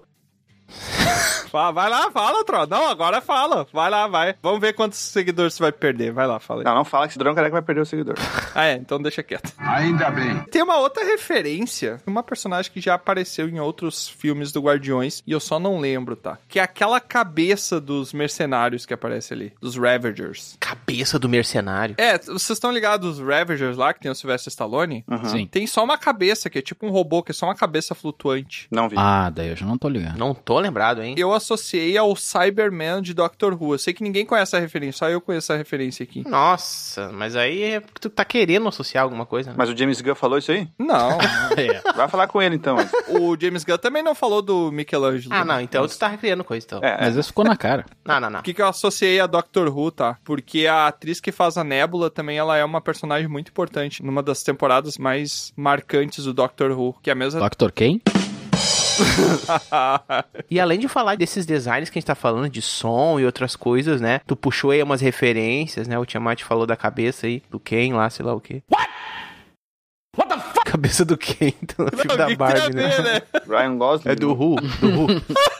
S1: vai lá, fala, Tro. Não, agora fala. Vai lá, vai. Vamos ver quantos seguidores você vai perder. Vai lá, fala aí.
S5: Não, não fala que esse drone careca vai perder o seguidor.
S1: ah, é. Então deixa quieto.
S15: Ainda bem.
S1: Tem uma outra referência. Uma personagem que já apareceu em outros filmes do Guardiões. E eu só não lembro, tá? Que é aquela cabeça dos mercenários que aparece ali. Dos Ravagers.
S3: Cabeça do mercenário?
S1: É, vocês estão ligados os Ravagers lá, que tem o Sylvester Stallone?
S4: Uhum. Sim.
S1: Tem só uma cabeça, que é tipo um robô, que é só uma cabeça flutuante.
S5: Não vi.
S4: Ah, daí eu já não tô ligado.
S3: Não tô lembrado, hein?
S1: Eu associei ao Cyberman de Doctor Who. Eu sei que ninguém conhece a referência, só eu conheço a referência aqui.
S3: Nossa, mas aí é porque tu tá querendo associar alguma coisa. Né?
S5: Mas o James Gunn falou isso aí?
S1: Não.
S5: é. Vai falar com ele então.
S1: o James Gunn também não falou do Michelangelo.
S3: Ah, não, então tu tá recriando coisa então.
S4: É, mas isso ficou na cara.
S3: não, não, não.
S1: O que, que eu associei a Doctor Who, tá? Porque a atriz que faz a Nebula também ela é uma personagem muito importante numa das temporadas mais marcantes do Doctor Who, que é a mesma. Ah,
S4: Doctor quem?
S3: e além de falar desses designs que a gente tá falando, de som e outras coisas, né? Tu puxou aí umas referências, né? O Tiamat falou da cabeça aí, do Ken lá, sei lá o quê.
S15: What? What the fuck?
S3: Cabeça do Ken, do filme Não, da Barbie, né? Ver, né?
S5: Ryan Gosling.
S3: É do Who, do Who.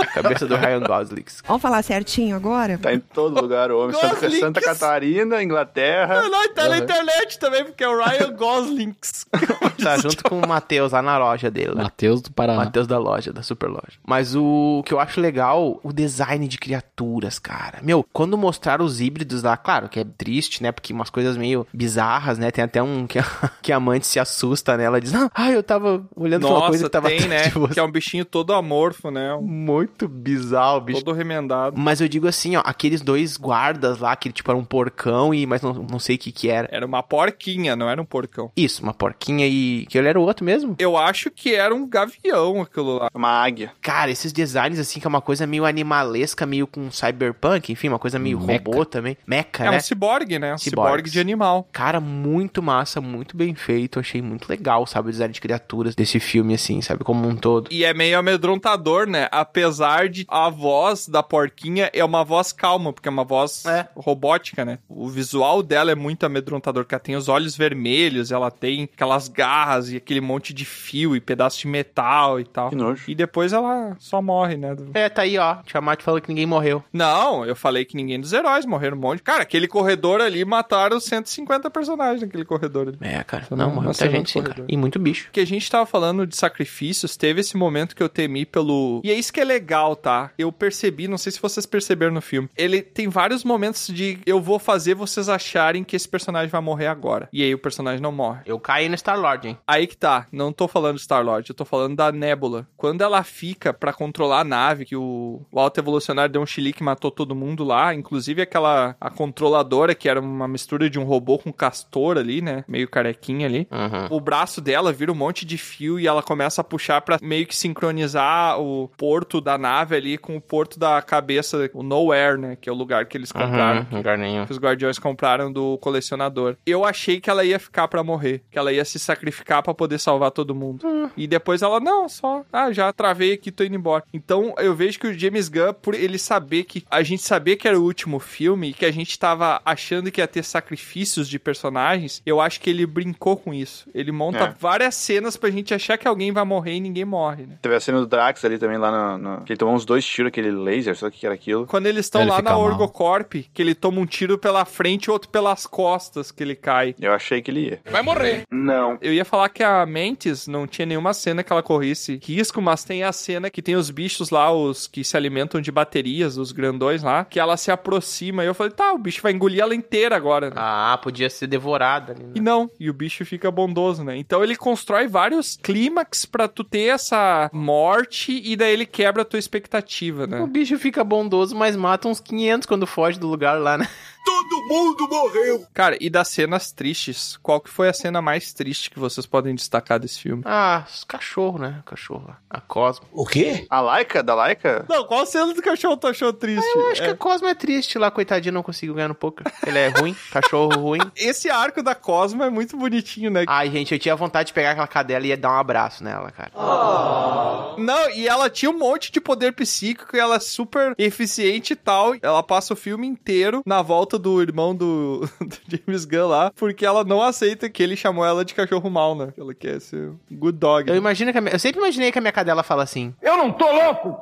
S3: A cabeça do Ryan Gosling.
S17: Vamos falar certinho agora?
S5: Tá em todo lugar, o homem. Santa, Santa, Catarina, Inglaterra.
S1: Não, não, tá uhum. na internet também, porque é o Ryan Gosling.
S3: tá junto com o Matheus lá na loja dele. Né?
S4: Matheus do Paraná.
S3: Matheus da loja, da super loja. Mas o que eu acho legal, o design de criaturas, cara. Meu, quando mostraram os híbridos lá, claro que é triste, né? Porque umas coisas meio bizarras, né? Tem até um que a, que a amante se assusta, né? Ela diz, ah, eu tava olhando
S1: Nossa,
S3: uma coisa que tava
S1: tem, né? Que é um bichinho todo amorfo, né? Um...
S3: Muito bizarro, bicho.
S1: Todo remendado.
S3: Mas eu digo assim, ó, aqueles dois guardas lá, que tipo era um porcão e mas não, não sei o que que era.
S1: Era uma porquinha, não era um porcão.
S3: Isso, uma porquinha e que ele era o outro mesmo.
S1: Eu acho que era um gavião aquilo lá,
S5: uma águia.
S3: Cara, esses designs assim que é uma coisa meio animalesca, meio com cyberpunk, enfim, uma coisa meio Meca. robô também. Meca,
S1: é
S3: né?
S1: um ciborgue, né? Um ciborgue de animal.
S3: Cara, muito massa, muito bem feito, achei muito legal, sabe, o design de criaturas desse filme assim, sabe, como um todo.
S1: E é meio amedrontador, né? Apesar de a voz da porquinha é uma voz calma, porque é uma voz
S3: é.
S1: robótica, né? O visual dela é muito amedrontador, porque ela tem os olhos vermelhos, ela tem aquelas garras e aquele monte de fio e pedaço de metal e tal.
S5: Que nojo.
S1: E depois ela só morre, né?
S3: É, tá aí, ó. Tiamat falou que ninguém morreu.
S1: Não, eu falei que ninguém dos heróis morreram um monte. Cara, aquele corredor ali mataram 150 personagens naquele corredor ali.
S3: É, cara. Não, não morreu muita gente sim, cara. E muito bicho.
S1: Que a gente tava falando de sacrifícios, teve esse momento que eu temi pelo... E é isso que é legal legal, tá? Eu percebi, não sei se vocês perceberam no filme, ele tem vários momentos de eu vou fazer vocês acharem que esse personagem vai morrer agora. E aí o personagem não morre.
S3: Eu caí no Star-Lord, hein?
S1: Aí que tá. Não tô falando de Star-Lord, eu tô falando da Nebula. Quando ela fica para controlar a nave, que o, o Alto Evolucionário deu um chilique e matou todo mundo lá, inclusive aquela a controladora, que era uma mistura de um robô com castor ali, né? Meio carequinha ali. Uhum. O braço dela vira um monte de fio e ela começa a puxar para meio que sincronizar o porto da nave ali com o porto da cabeça, o Nowhere, né? Que é o lugar que eles compraram.
S3: Uhum, lugar nenhum.
S1: Que os guardiões compraram do colecionador. Eu achei que ela ia ficar para morrer, que ela ia se sacrificar para poder salvar todo mundo. Uhum. E depois ela, não, só, ah, já travei aqui, tô indo embora. Então eu vejo que o James Gunn, por ele saber que a gente sabia que era o último filme, que a gente tava achando que ia ter sacrifícios de personagens, eu acho que ele brincou com isso. Ele monta é. várias cenas pra gente achar que alguém vai morrer e ninguém morre, né?
S5: Teve a cena do Drax ali também, lá no, no... que ele tomou uns dois tiros, aquele laser, só que era aquilo.
S1: Quando eles estão lá na mal. Orgocorp, que ele toma um tiro pela frente e outro pelas costas que ele cai.
S5: Eu achei que ele ia.
S15: Vai morrer.
S5: Não.
S1: Eu ia falar que a Mentes não tinha nenhuma cena que ela corresse risco, mas tem a cena que tem os bichos lá, os que se alimentam de baterias, os grandões lá, que ela se aproxima. E eu falei, tá, o bicho vai engolir ela inteira agora. Né?
S3: Ah, podia ser devorada. Né?
S1: E não, e o bicho fica bondoso, né? Então ele constrói vários clímax pra tu ter essa morte e daí ele quebra a tua expectativa, né?
S3: O bicho fica bondoso, mas mata uns 500 quando foge do lugar lá, né?
S15: Todo mundo morreu!
S1: Cara, e das cenas tristes, qual que foi a cena mais triste que vocês podem destacar desse filme?
S3: Ah, os cachorros, né? Cachorro lá. A Cosmo.
S15: O quê?
S5: A Laika? Da Laika?
S1: Não, qual cena do cachorro tu achou triste? Ah,
S3: eu acho é. que a Cosmo é triste lá, coitadinho, não conseguiu ganhar no poker. Ele é ruim, cachorro ruim.
S1: Esse arco da Cosmo é muito bonitinho, né?
S3: Ai, gente, eu tinha vontade de pegar aquela cadela e dar um abraço nela, cara.
S15: Ah.
S1: Oh. Não, e ela tinha um monte de poder psíquico e ela é super eficiente e tal. Ela passa o filme inteiro na volta do irmão do, do, James Gunn lá, porque ela não aceita que ele chamou ela de cachorro mal, né? Ela quer ser good dog.
S3: Eu
S1: né?
S3: imagino que a, eu sempre imaginei que a minha cadela fala assim:
S15: Eu não tô louco!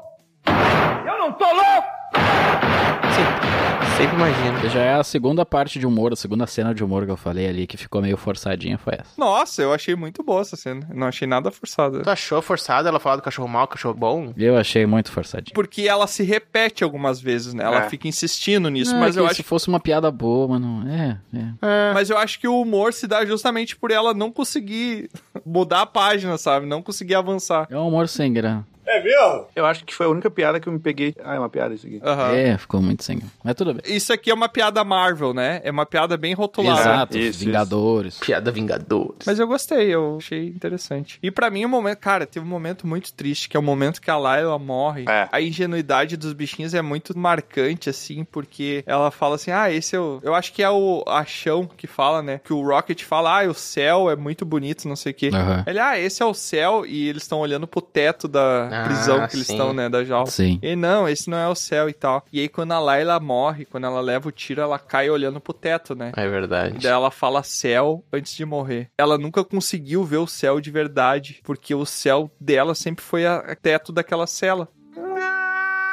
S15: Eu não tô louco!
S3: Sempre, sempre imagino.
S4: Já é a segunda parte de humor, a segunda cena de humor que eu falei ali, que ficou meio forçadinha, foi essa.
S1: Nossa, eu achei muito boa essa cena. Não achei nada forçada.
S3: Tu achou forçada ela falar do cachorro mal, cachorro bom?
S4: Eu achei muito forçadinha.
S1: Porque ela se repete algumas vezes, né? Ela é. fica insistindo nisso, é, mas eu acho...
S4: Se fosse uma piada boa, mano, é,
S1: é, Mas eu acho que o humor se dá justamente por ela não conseguir mudar a página, sabe? Não conseguir avançar.
S4: É um humor sem grana.
S15: É mesmo?
S5: Eu acho que foi a única piada que eu me peguei. Ah, é uma piada isso aqui.
S4: Uhum. É, ficou muito sem. Mas tudo bem.
S1: Isso aqui é uma piada Marvel, né? É uma piada bem rotulada.
S4: Exato,
S1: né?
S4: isso, Vingadores. Isso.
S3: Piada Vingadores.
S1: Mas eu gostei, eu achei interessante. E para mim, o um momento. Cara, teve um momento muito triste, que é o um momento que a Layla morre. É. A ingenuidade dos bichinhos é muito marcante, assim, porque ela fala assim: ah, esse é o. Eu acho que é o Achão que fala, né? Que o Rocket fala: ah, o céu é muito bonito, não sei o quê. Uhum. Ele, ah, esse é o céu, e eles estão olhando pro teto da. Ah prisão ah, que eles sim. estão, né? Da jaula.
S4: Sim.
S1: E não, esse não é o céu e tal. E aí, quando a Layla morre, quando ela leva o tiro, ela cai olhando pro teto, né?
S3: É verdade. E
S1: daí ela fala céu antes de morrer. Ela nunca conseguiu ver o céu de verdade, porque o céu dela sempre foi o teto daquela cela.
S2: Ah!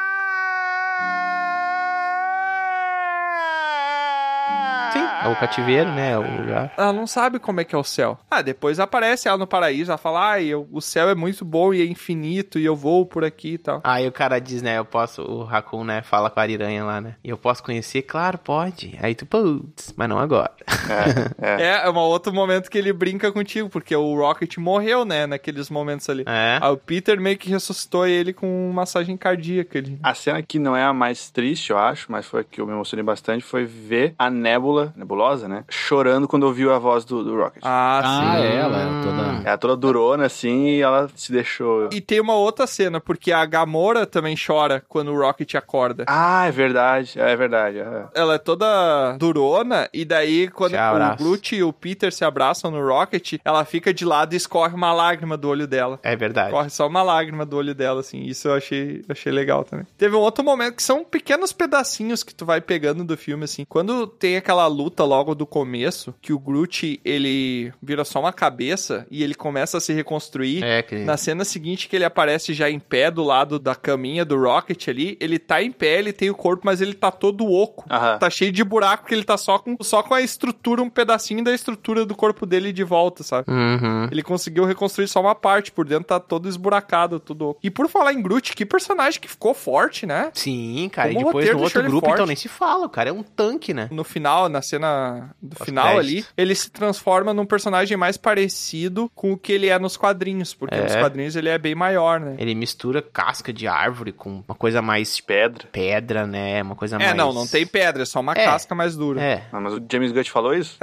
S3: É o cativeiro, né? É o lugar.
S1: Ela não sabe como é que é o céu. Ah, depois aparece ela no paraíso, ela fala, ah, eu, o céu é muito bom e é infinito e eu vou por aqui e tal.
S3: Aí o cara diz, né, eu posso, o Raccoon, né, fala com a ariranha lá, né, e eu posso conhecer? Claro, pode. Aí tu, putz, mas não agora.
S1: É, é. é, é um outro momento que ele brinca contigo, porque o Rocket morreu, né, naqueles momentos ali.
S3: É.
S1: Aí o Peter meio que ressuscitou ele com massagem cardíaca ali.
S5: A cena que não é a mais triste, eu acho, mas foi a que eu me emocionei bastante, foi ver a nébula, nébula nebulosa, né? Chorando quando ouviu a voz do, do Rocket.
S1: Ah, sim.
S4: Ah, é, ela é toda.
S5: Ela toda durona, assim, e ela se deixou.
S1: E tem uma outra cena, porque a Gamora também chora quando o Rocket acorda.
S5: Ah, é verdade. É verdade. É.
S1: Ela é toda durona, e daí, quando o Groot e o Peter se abraçam no Rocket, ela fica de lado e escorre uma lágrima do olho dela.
S3: É verdade.
S1: Corre só uma lágrima do olho dela, assim. Isso eu achei, achei legal também. Teve um outro momento que são pequenos pedacinhos que tu vai pegando do filme, assim. Quando tem aquela luta logo do começo que o Groot, ele vira só uma cabeça e ele começa a se reconstruir.
S3: É, que...
S1: Na cena seguinte que ele aparece já em pé do lado da caminha do Rocket ali, ele tá em pé, ele tem o corpo, mas ele tá todo oco.
S5: Aham.
S1: Tá cheio de buraco porque ele tá só com, só com a estrutura, um pedacinho da estrutura do corpo dele de volta, sabe?
S3: Uhum.
S1: Ele conseguiu reconstruir só uma parte, por dentro tá todo esburacado, tudo oco. E por falar em Groot, que personagem que ficou forte, né?
S3: Sim, cara.
S1: Como
S3: e depois
S1: roteiro
S3: no
S1: deixou
S3: outro
S1: ele
S3: grupo,
S1: forte.
S3: então nem se fala. O cara é um tanque, né?
S1: No final, na cena do
S3: Os
S1: final ali,
S3: créditos.
S1: ele se transforma num personagem mais parecido com o que ele é nos quadrinhos, porque
S3: É.
S1: nos quadrinhos ele é bem maior, né?
S3: Ele mistura casca de árvore com uma coisa mais
S5: Pedra.
S3: pedra, né? Uma coisa
S1: É,
S3: mais.
S1: não, não tem pedra, é só uma
S3: É.
S1: casca mais dura.
S3: É.
S5: Ah, mas o James Gunn te falou isso?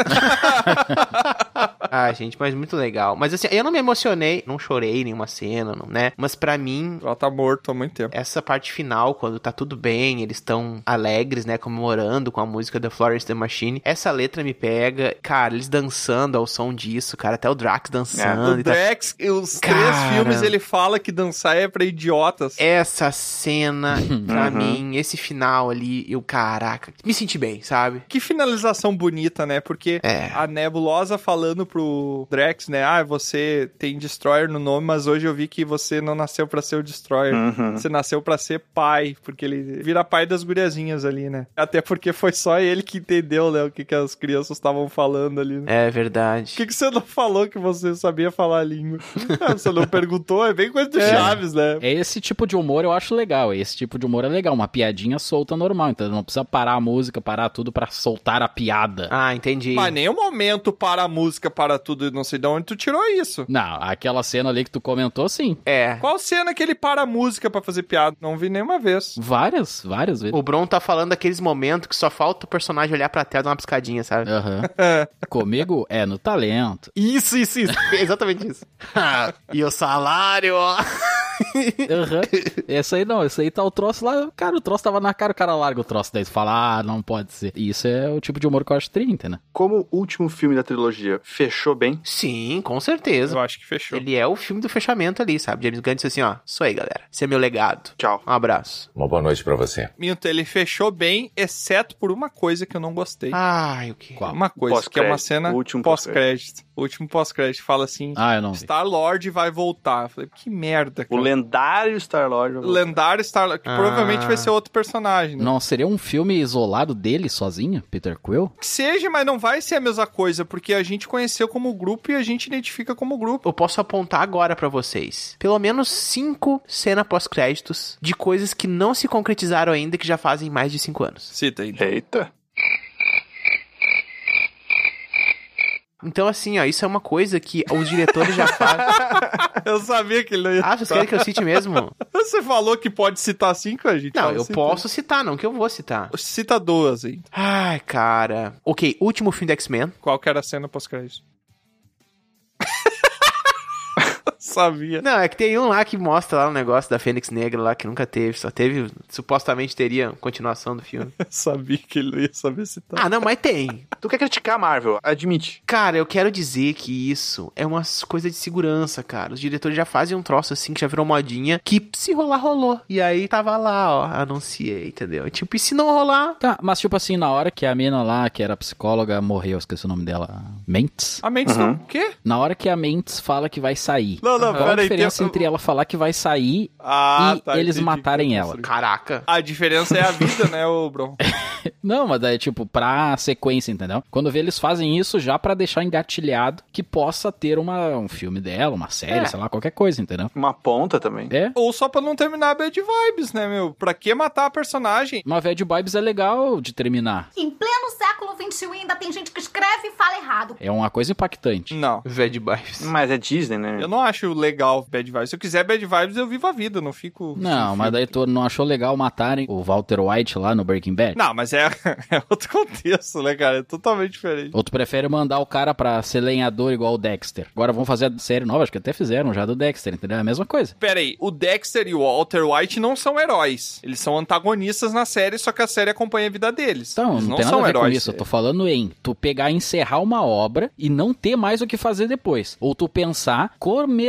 S3: Ah, gente, mas muito legal. Mas assim, eu não me emocionei, não chorei em nenhuma cena, não, né? Mas pra mim,
S1: Ela tá morto há muito tempo.
S3: essa parte final, quando tá tudo bem, eles estão alegres, né? Comemorando com a música da Florence The Machine. Essa letra me pega, cara, eles dançando ao som disso, cara. Até o É, Drax dançando.
S1: O
S3: e tal.
S1: Drex, os
S3: tá Cara.
S1: três filmes ele fala que dançar é pra idiotas.
S3: Essa cena, pra
S5: Uhum.
S3: mim, esse final ali, eu, caraca, me senti bem, sabe?
S1: Que finalização bonita, né? Porque
S3: É.
S1: a Nebulosa falando pro Drex, né? Ah, você tem Destroyer no nome, mas hoje eu vi que você não nasceu pra ser o Destroyer.
S5: Uhum.
S1: Você nasceu pra ser pai, porque ele vira pai das guriazinhas ali, né? Até porque foi só ele que entendeu, né? O que, que as crianças estavam falando ali, né?
S3: É
S1: Por
S3: verdade.
S1: que, que você não falou que você sabia falar a língua? Ah, você não perguntou? É bem coisa do
S4: É.
S1: Chaves, né?
S4: É esse tipo de humor eu acho legal. Esse tipo de humor é legal. Uma piadinha solta normal. Então não precisa parar a música, parar tudo pra soltar a piada.
S3: Ah, entendi.
S1: Mas nenhum momento para a música, para tudo, não sei de onde tu tirou isso.
S4: Não, aquela cena ali que tu comentou, sim.
S3: É.
S1: Qual cena que ele para a música pra fazer piada? Não vi nenhuma vez.
S4: Várias, várias vezes.
S3: O Bron tá falando daqueles momentos que só falta o personagem olhar pra tela e dar uma piscadinha, sabe?
S4: Aham. Comigo é no talento.
S3: Isso, isso, isso. Exatamente isso. Ah, e o salário, ó.
S4: Aham. Essa aí não, essa aí tá o troço lá. Cara, o troço tava na cara, o cara larga o troço daí. tu Fala, ah, não pode ser. E isso é o tipo de humor que eu acho 30, né?
S5: Como o último filme da trilogia fechou bem,
S3: Sim, com certeza.
S1: Eu acho que fechou.
S3: Ele é o filme do fechamento ali, sabe? James Gunn disse assim, ó, isso aí, galera. Esse é meu legado.
S5: tchau.
S3: Um abraço.
S6: Uma boa noite pra você.
S1: Minto, ele fechou bem, exceto por uma coisa que eu não gostei.
S3: Ah, Ai, o que?
S4: Qual?
S1: Uma coisa, que é uma
S5: Pós-crédito.
S1: cena
S5: O último
S1: pós-crédito. O último pós-crédito fala assim:
S4: Ah, eu não vi.
S1: Star-Lord vai voltar. Eu falei, que merda,
S5: O
S1: cara.
S5: lendário Star-Lord. vai voltar.
S1: Lendário Star-Lord, que
S3: Ah.
S1: provavelmente vai ser outro personagem. Né?
S4: Não, seria um filme isolado dele sozinho, Peter Quill?
S1: Que seja, mas não vai ser a mesma coisa, porque a gente conheceu como grupo e a gente identifica como grupo.
S3: Eu posso apontar agora pra vocês. Pelo menos cinco cenas pós-créditos de coisas que não se concretizaram ainda que já fazem mais de cinco anos.
S1: Cita aí.
S5: Eita.
S3: Então, assim, ó, isso é uma coisa que os diretores já fazem.
S1: Eu sabia que ele não ia
S3: Ah, vocês
S1: citar.
S3: querem que eu cite mesmo?
S1: Você falou que pode citar cinco, a gente
S3: Não,
S1: fala
S3: eu
S1: cinco.
S3: posso citar, não que eu vou citar.
S1: Cita duas, hein?
S3: Ai, cara. Ok, último filme do X-Men.
S1: Qual que era a cena pós-crédito? Sabia.
S3: Não, é que tem um lá que mostra lá um negócio da Fênix Negra lá que nunca teve, só teve, supostamente teria continuação do filme.
S1: Sabia que ele não ia saber tá. citar.
S3: ah, não, mas tem.
S5: Tu quer criticar a Marvel? Admite.
S3: Cara, eu quero dizer que isso é uma coisa de segurança, cara. Os diretores já fazem um troço assim que já virou modinha, que se rolar, rolou. E aí tava lá, ó, anunciei, entendeu? Tipo, e se não rolar?
S4: Tá, mas tipo assim, na hora que a mina lá, que era psicóloga, morreu, esqueci o nome dela. Mentes?
S1: A mente
S5: Uhum.
S1: não. O quê?
S4: Na hora que a Mentes fala que vai sair.
S1: Não, não,
S4: Qual a
S1: peraí.
S4: diferença
S1: tem-
S4: entre ela falar que vai sair
S1: Ah,
S4: e
S1: tá,
S4: eles
S1: entendi.
S4: matarem ela?
S3: Caraca.
S1: A diferença é a vida, né, ô Bron?
S4: Não, mas daí, tipo, pra sequência, entendeu? Quando vê, eles fazem isso já pra deixar engatilhado que possa ter uma, um filme dela, uma série,
S3: É.
S4: sei lá, qualquer coisa, entendeu?
S5: Uma ponta também.
S4: É.
S1: Ou só pra não terminar a bad vibes, né, meu? Pra que matar a personagem?
S4: Uma Bad Vibes é legal de terminar.
S7: Em pleno século XXI ainda tem gente que escreve e fala errado.
S4: É uma coisa impactante.
S1: Não.
S3: Ved Vibes.
S5: Mas é Disney, né?
S1: Eu não acho legal bad vibes. Se eu quiser bad vibes, eu vivo a vida, não fico.
S4: Não, mas daí tu não achou legal matarem o Walter White lá no Breaking Bad?
S1: Não, mas é, é outro contexto, né, cara? É totalmente diferente.
S4: Ou tu prefere mandar o cara pra ser lenhador igual o Dexter? Agora vão fazer a série nova, acho que até fizeram já do Dexter, entendeu? É a mesma coisa.
S1: Pera aí, o Dexter e o Walter White não são heróis. Eles são antagonistas na série, só que a série acompanha a vida deles.
S4: Então,
S1: Eles
S4: não,
S1: não
S4: tem nada
S1: são
S4: a ver
S1: heróis.
S4: com isso. Eu tô falando em tu pegar e encerrar uma obra e não ter mais o que fazer depois. Ou tu pensar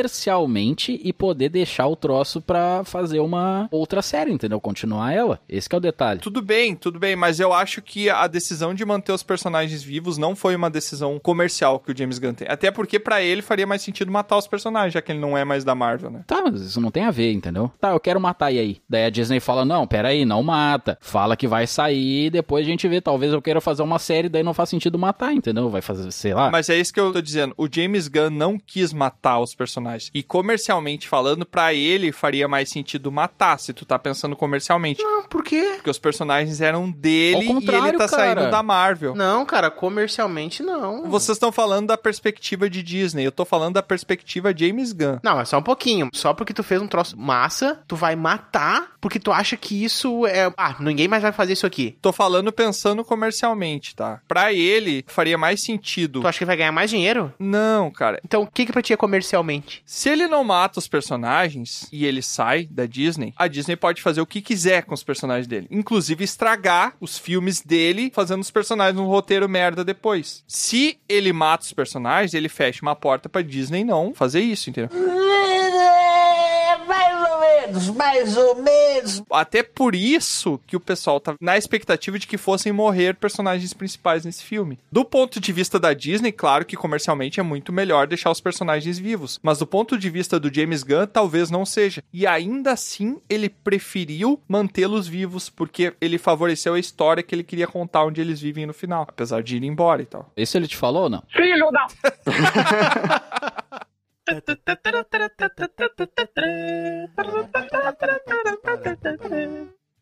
S4: comercialmente e poder deixar o troço pra fazer uma outra série, entendeu? Continuar ela. Esse que é o detalhe.
S1: Tudo bem, tudo bem, mas eu acho que a decisão de manter os personagens vivos não foi uma decisão comercial que o James Gunn tem. Até porque para ele faria mais sentido matar os personagens, já que ele não é mais da Marvel, né?
S4: Tá, mas isso não tem a ver, entendeu? Tá, eu quero matar e aí. Daí a Disney fala: "Não, pera aí, não mata. Fala que vai sair, depois a gente vê, talvez eu queira fazer uma série, daí não faz sentido matar, entendeu? Vai fazer, sei lá.
S1: Mas é isso que eu tô dizendo. O James Gunn não quis matar os personagens. E comercialmente falando, para ele faria mais sentido matar, se tu tá pensando comercialmente.
S3: Não, por quê?
S1: Porque os personagens eram dele e ele tá cara. saindo da Marvel.
S3: Não, cara, comercialmente não.
S1: Vocês estão falando da perspectiva de Disney, eu tô falando da perspectiva James Gunn.
S3: Não, é só um pouquinho. Só porque tu fez um troço massa, tu vai matar porque tu acha que isso é. Ah, ninguém mais vai fazer isso aqui.
S1: Tô falando pensando comercialmente, tá? Pra ele, faria mais sentido.
S3: Tu acha que vai ganhar mais dinheiro?
S1: Não, cara.
S3: Então o que que pra ti é comercialmente?
S1: Se ele não mata os personagens e ele sai da Disney, a Disney pode fazer o que quiser com os personagens dele. Inclusive estragar os filmes dele, fazendo os personagens um roteiro merda depois. Se ele mata os personagens, ele fecha uma porta pra Disney não fazer isso, entendeu?
S16: mais ou menos, mais ou menos.
S1: Até por isso que o pessoal tá na expectativa de que fossem morrer personagens principais nesse filme. Do ponto de vista da Disney, claro que comercialmente é muito melhor deixar os personagens vivos, mas do ponto de vista do James Gunn, talvez não seja. E ainda assim, ele preferiu mantê-los vivos porque ele favoreceu a história que ele queria contar onde eles vivem no final, apesar de ir embora e tal.
S4: Isso ele te falou ou não?
S16: Filho da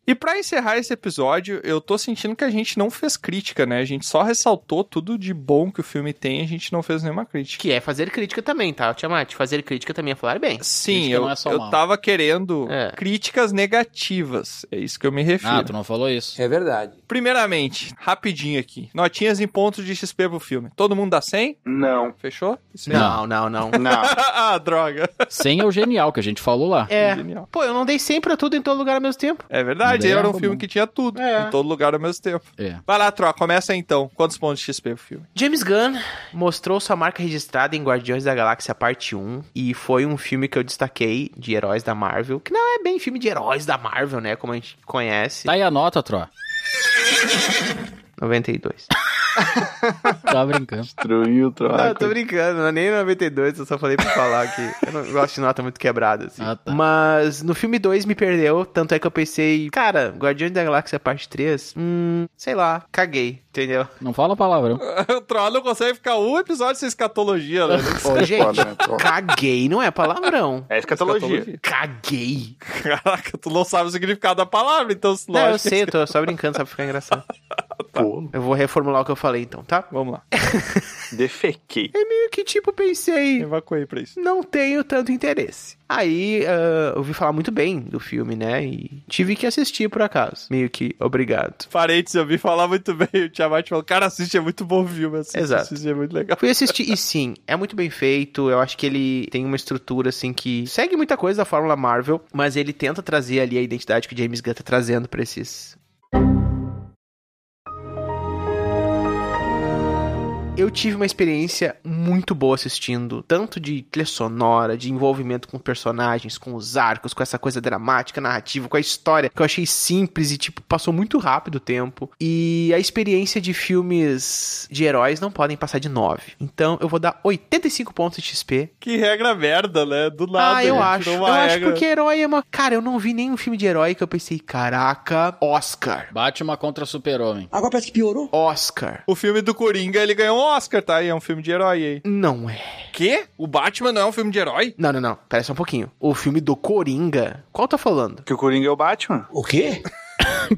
S1: E para encerrar esse episódio, eu tô sentindo que a gente não fez crítica, né? A gente só ressaltou tudo de bom que o filme tem, a gente não fez nenhuma crítica.
S3: Que é fazer crítica também, tá, Tiamat? Fazer crítica também é falar bem.
S1: Sim, eu, é eu mal. tava querendo é. críticas negativas, é isso que eu me refiro.
S4: Ah, tu não falou isso.
S3: É verdade.
S1: Primeiramente, rapidinho aqui, notinhas em pontos de XP pro filme. Todo mundo dá 100?
S5: Não.
S1: Fechou?
S3: Não, não, não, não.
S5: não.
S1: ah, droga.
S4: 100 é o genial que a gente falou lá.
S3: É. Genial. Pô, eu não dei 100 pra tudo em todo lugar ao mesmo tempo.
S1: É verdade verdade, era um filme que tinha tudo, é. em todo lugar ao mesmo tempo. É. Vai lá, Troa, começa aí, então. Quantos pontos de XP o filme?
S3: James Gunn mostrou sua marca registrada em Guardiões da Galáxia Parte 1 e foi um filme que eu destaquei de heróis da Marvel, que não é bem filme de heróis da Marvel, né, como a gente conhece.
S4: Tá aí a nota, Troa.
S3: 92.
S4: tá brincando.
S5: Destruiu o troco. Não,
S3: eu tô brincando, não é nem 92, eu só falei pra falar que eu não gosto de nota muito quebrada, assim. Ah, tá. Mas no filme 2 me perdeu, tanto é que eu pensei, cara, Guardiões da Galáxia parte 3, hum, sei lá, caguei, entendeu?
S4: Não fala palavrão.
S1: o Troll não consegue ficar um episódio sem escatologia, né?
S3: Ô, gente, caguei não é palavrão.
S5: É escatologia. escatologia.
S3: Caguei.
S1: Caraca, tu não sabe o significado da palavra, então...
S3: Não, lógico. eu sei, eu tô só brincando, sabe ficar engraçado. tá. Eu vou reformular o que eu falei então, tá?
S1: Vamos lá.
S5: Defequei.
S3: É meio que tipo, pensei.
S1: Evacuei pra isso.
S3: Não tenho tanto interesse. Aí uh, ouvi falar muito bem do filme, né? E tive que assistir por acaso. Meio que obrigado.
S1: Parentes, eu vi falar muito bem. O Tiamat falou: Cara, assiste, é muito bom o filme. Assiste,
S3: Exato.
S1: Assiste, é muito legal.
S3: Fui assistir e sim, é muito bem feito. Eu acho que ele tem uma estrutura assim que segue muita coisa da Fórmula Marvel, mas ele tenta trazer ali a identidade que o James Gunn tá trazendo pra esses eu tive uma experiência muito boa assistindo, tanto de trilha sonora, de envolvimento com personagens, com os arcos, com essa coisa dramática, narrativa, com a história, que eu achei simples e, tipo, passou muito rápido o tempo. E a experiência de filmes de heróis não podem passar de 9. Então eu vou dar 85 pontos de XP.
S1: Que regra merda, né? Do nada.
S3: Ah, eu acho. Eu regra. acho porque herói é uma. Cara, eu não vi nenhum filme de herói que eu pensei, caraca, Oscar.
S4: Bate uma contra Super-Homem.
S16: Agora parece que piorou.
S3: Oscar.
S1: O filme do Coringa, ele ganhou um Oscar, tá? E é um filme de herói aí.
S3: Não é.
S1: Quê? O Batman não é um filme de herói?
S3: Não, não, não. Pera só um pouquinho. O filme do Coringa. Qual tá falando?
S5: Que o Coringa é o Batman.
S16: O quê?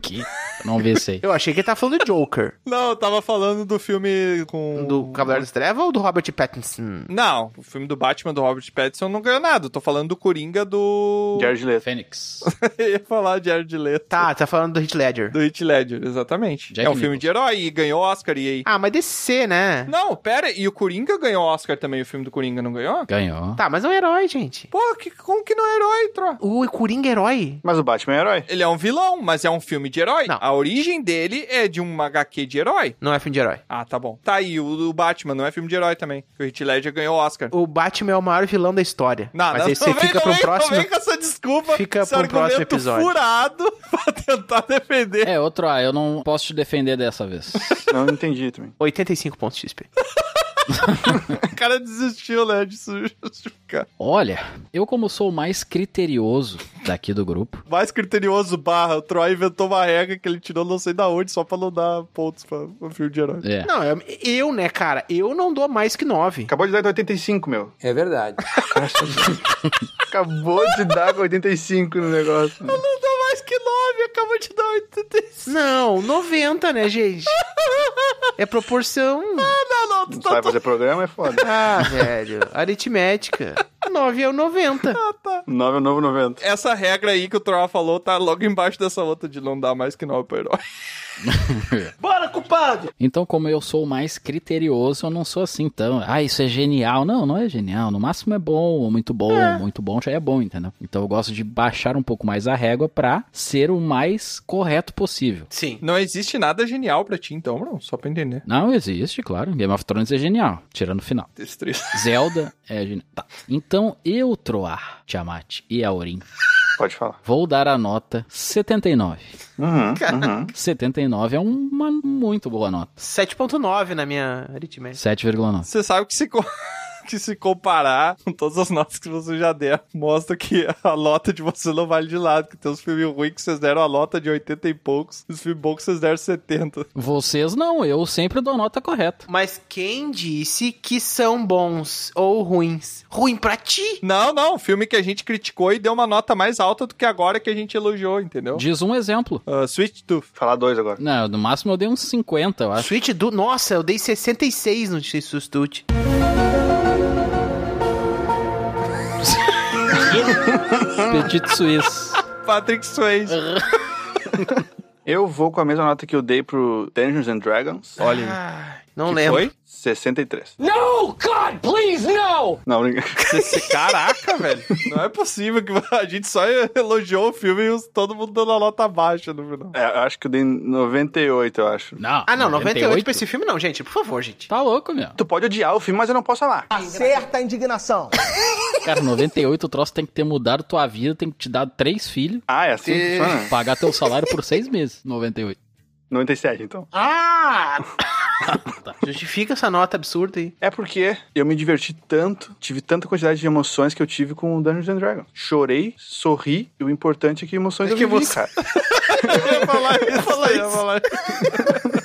S4: que? Não vi isso aí.
S3: Eu achei que ele tá falando de Joker.
S1: Não, eu tava falando do filme com.
S3: Do Cavaleiro das Trevas ou do Robert Pattinson?
S1: Não, o filme do Batman do Robert Pattinson não ganhou nada. Eu tô falando do Coringa do.
S5: Jared Leto.
S4: Fênix.
S1: eu ia falar de Jared Leto.
S3: Tá, tá falando do Heath Ledger.
S1: Do Heath Ledger, exatamente. Jack é um Nichols. filme de herói e ganhou Oscar e aí.
S3: Ah, mas DC, né?
S1: Não, pera, e o Coringa ganhou Oscar também. O filme do Coringa não ganhou?
S4: Ganhou.
S3: Tá, mas é um herói, gente.
S1: Pô, que, como que não é herói, Tro?
S3: O Coringa é herói?
S5: Mas o Batman é herói.
S1: Ele é um vilão, mas é um filme de herói.
S3: Não,
S1: a origem dele é de um HQ de herói.
S3: Não é filme de herói.
S1: Ah, tá bom. Tá aí, o, o Batman não é filme de herói também. Que o Heath Ledger ganhou o Oscar.
S3: O Batman é o maior vilão da história.
S1: Não,
S3: mas
S1: não,
S3: aí você
S1: não
S3: fica
S1: vem,
S3: pro
S1: não vem, não
S3: próximo.
S1: vem com essa desculpa,
S3: Fica
S1: esse
S3: pro próximo
S1: argumento
S3: episódio.
S1: furado pra tentar defender.
S4: É, outro A, eu não posso te defender dessa vez.
S5: Não entendi também.
S3: 85 pontos XP.
S1: O cara desistiu, né, de se justificar.
S4: Olha, eu como sou o mais criterioso daqui do grupo,
S1: Mais criterioso, barra, o Troy inventou uma regra que ele tirou não sei da onde, só pra não dar pontos pra, pra filme de herói.
S4: É.
S3: Não, eu, eu, né, cara, eu não dou mais que 9.
S5: Acabou de dar de 85, meu.
S12: É verdade.
S5: Acabou de dar com 85 no negócio.
S1: Não dá mais que 9, acabou de dar 85.
S3: Não, 90, né, gente? É
S1: Não,
S3: proporção.
S1: não, tu
S5: Não
S1: tá
S5: sabe fazer programa, é foda.
S3: Ah, velho, aritmética. 9 é o 90.
S5: 9 é o novo 90.
S1: Essa regra aí que o Troll falou tá logo embaixo dessa outra de não dar mais que 9 pro herói.
S15: Bora, culpado!
S4: Então, como eu sou o mais criterioso, eu não sou assim tão. Ah, isso é genial. Não, não é genial. No máximo é bom, ou muito bom, muito bom já é bom, entendeu? Então eu gosto de baixar um pouco mais a régua pra ser o mais correto possível.
S3: Sim.
S1: Não existe nada genial pra ti, então, não, só pra entender.
S4: Não existe, claro. Game of Thrones é genial, tirando o final.
S1: Destreza.
S4: Zelda é genial. Tá. Então eu, Troar, Tiamat e Aurim,
S5: Pode falar.
S4: vou dar a nota 79.
S5: Uhum, uhum.
S4: 79 é uma muito boa nota.
S3: 7.9 na minha aritmética.
S4: 7,9.
S1: Você sabe que se, co- que se comparar com todas as notas que você já der, mostra que a lota de você não vale de lado, que tem uns filmes ruins que vocês deram a lota de 80 e poucos, e os filmes bons que vocês deram 70.
S4: Vocês não, eu sempre dou a nota correta.
S3: Mas quem disse que são bons ou ruins? Ruim pra ti?
S1: Não, não, um filme que a gente criticou e deu uma nota mais alta do que agora que a gente elogiou, entendeu?
S4: Diz um exemplo.
S1: Ah, Sweet Tooth.
S5: Falar dois agora.
S4: Não, no máximo eu dei uns 50, eu acho.
S3: Switch do. Nossa, eu dei 66 no Sustute.
S4: Petit Suisse.
S1: Patrick Swayze.
S5: Eu vou com a mesma nota que eu dei pro Dungeons and Dragons.
S1: Olha,
S3: Não
S1: que
S3: lembro.
S1: foi?
S5: 63.
S15: No, God, please, no!
S5: Não, brinca.
S1: Esse- Caraca, velho. Não é possível que a gente só elogiou o filme e os- todo mundo dando a nota baixa no final.
S5: É, eu acho que eu dei 98, eu acho.
S4: Não.
S3: Ah, não, 98, pra esse filme não, gente. Por favor, gente.
S4: Tá louco, meu.
S5: Tu pode odiar o filme, mas eu não posso falar.
S16: Acerta a indignação.
S4: Cara, 98 o troço tem que ter mudado tua vida, tem que te dar três filhos,
S5: Ah, é assim que funciona?
S4: pagar teu salário por seis meses. 98.
S5: 97, então.
S3: Ah! Tá. Justifica essa nota absurda aí.
S5: É porque eu me diverti tanto, tive tanta quantidade de emoções que eu tive com o Dungeons and Dragons. Chorei, sorri, e o importante é que emoções eu
S1: que
S5: vivi,
S1: você-
S5: cara.
S1: Eu ia falar isso, eu ia falar isso.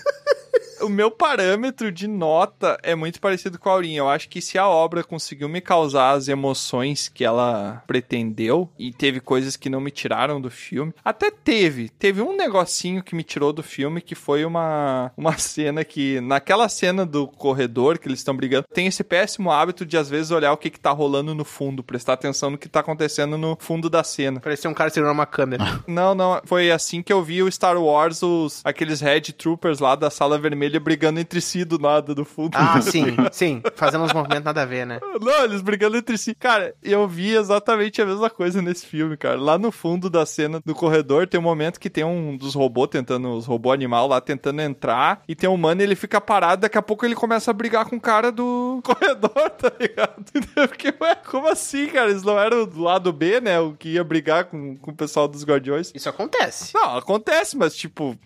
S1: O meu parâmetro de nota é muito parecido com a Aurinha. Eu acho que se a obra conseguiu me causar as emoções que ela pretendeu, e teve coisas que não me tiraram do filme, até teve. Teve um negocinho que me tirou do filme, que foi uma, uma cena que, naquela cena do corredor que eles estão brigando, tem esse péssimo hábito de, às vezes, olhar o que, que tá rolando no fundo, prestar atenção no que tá acontecendo no fundo da cena.
S3: Parecia um cara segurando uma câmera.
S1: Não, não. Foi assim que eu vi o Star Wars, os aqueles Red Troopers lá da sala vermelha brigando entre si do nada do fundo.
S3: ah, sim, sim. Fazendo uns movimentos nada a ver, né?
S1: Não, eles brigando entre si. Cara, eu vi exatamente a mesma coisa nesse filme, cara. Lá no fundo da cena do corredor tem um momento que tem um dos robôs tentando, os robô animal lá tentando entrar, e tem um humano e ele fica parado, daqui a pouco ele começa a brigar com o cara do corredor, tá ligado? Eu fiquei, ué, como assim, cara? Eles não eram do lado B, né? O que ia brigar com, com o pessoal dos Guardiões.
S3: Isso acontece.
S1: Não, acontece, mas tipo,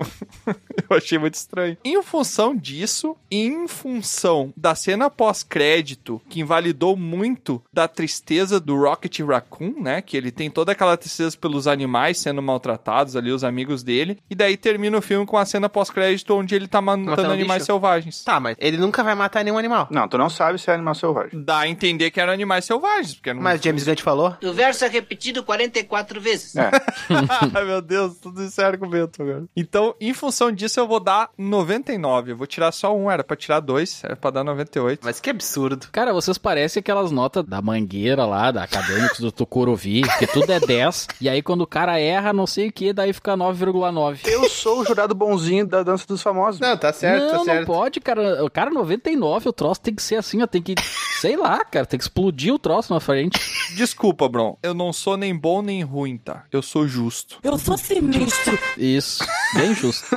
S1: eu achei muito estranho. Em função disso, em função da cena pós-crédito, que invalidou muito da tristeza do Rocket Raccoon, né? Que ele tem toda aquela tristeza pelos animais sendo maltratados ali, os amigos dele. E daí termina o filme com a cena pós-crédito onde ele tá matando,
S3: Matando
S1: animais
S3: bicho?
S1: selvagens.
S3: Tá, mas ele nunca vai matar nenhum animal.
S5: Não, tu não sabe se é animal selvagem.
S1: Dá a entender que eram animais selvagens, porque um não.
S3: Mas James Gunn te falou?
S18: O verso é repetido 44 vezes.
S5: É.
S1: Ai, meu Deus, tudo isso é argumento, cara. Então, em função disso eu vou dar 99. Eu vou tirar só um, era pra tirar dois, era pra dar 98.
S3: Mas que absurdo.
S4: Cara, vocês parecem aquelas notas da mangueira lá, da Acadêmicos do Tucuruvi, que tudo é 10. e aí quando o cara erra, não sei o que, daí fica 9,9.
S5: Eu sou o jurado bonzinho da dança dos famosos.
S3: Não, tá certo,
S4: não,
S3: tá
S4: não
S3: certo.
S4: pode, cara. O cara 99, o troço tem que ser assim, ó, tem que, sei lá, cara, tem que explodir o troço na frente.
S1: Desculpa, Bron. Eu não sou nem bom nem ruim, tá? Eu sou justo.
S14: Eu sou sinistro.
S4: Isso, bem justo.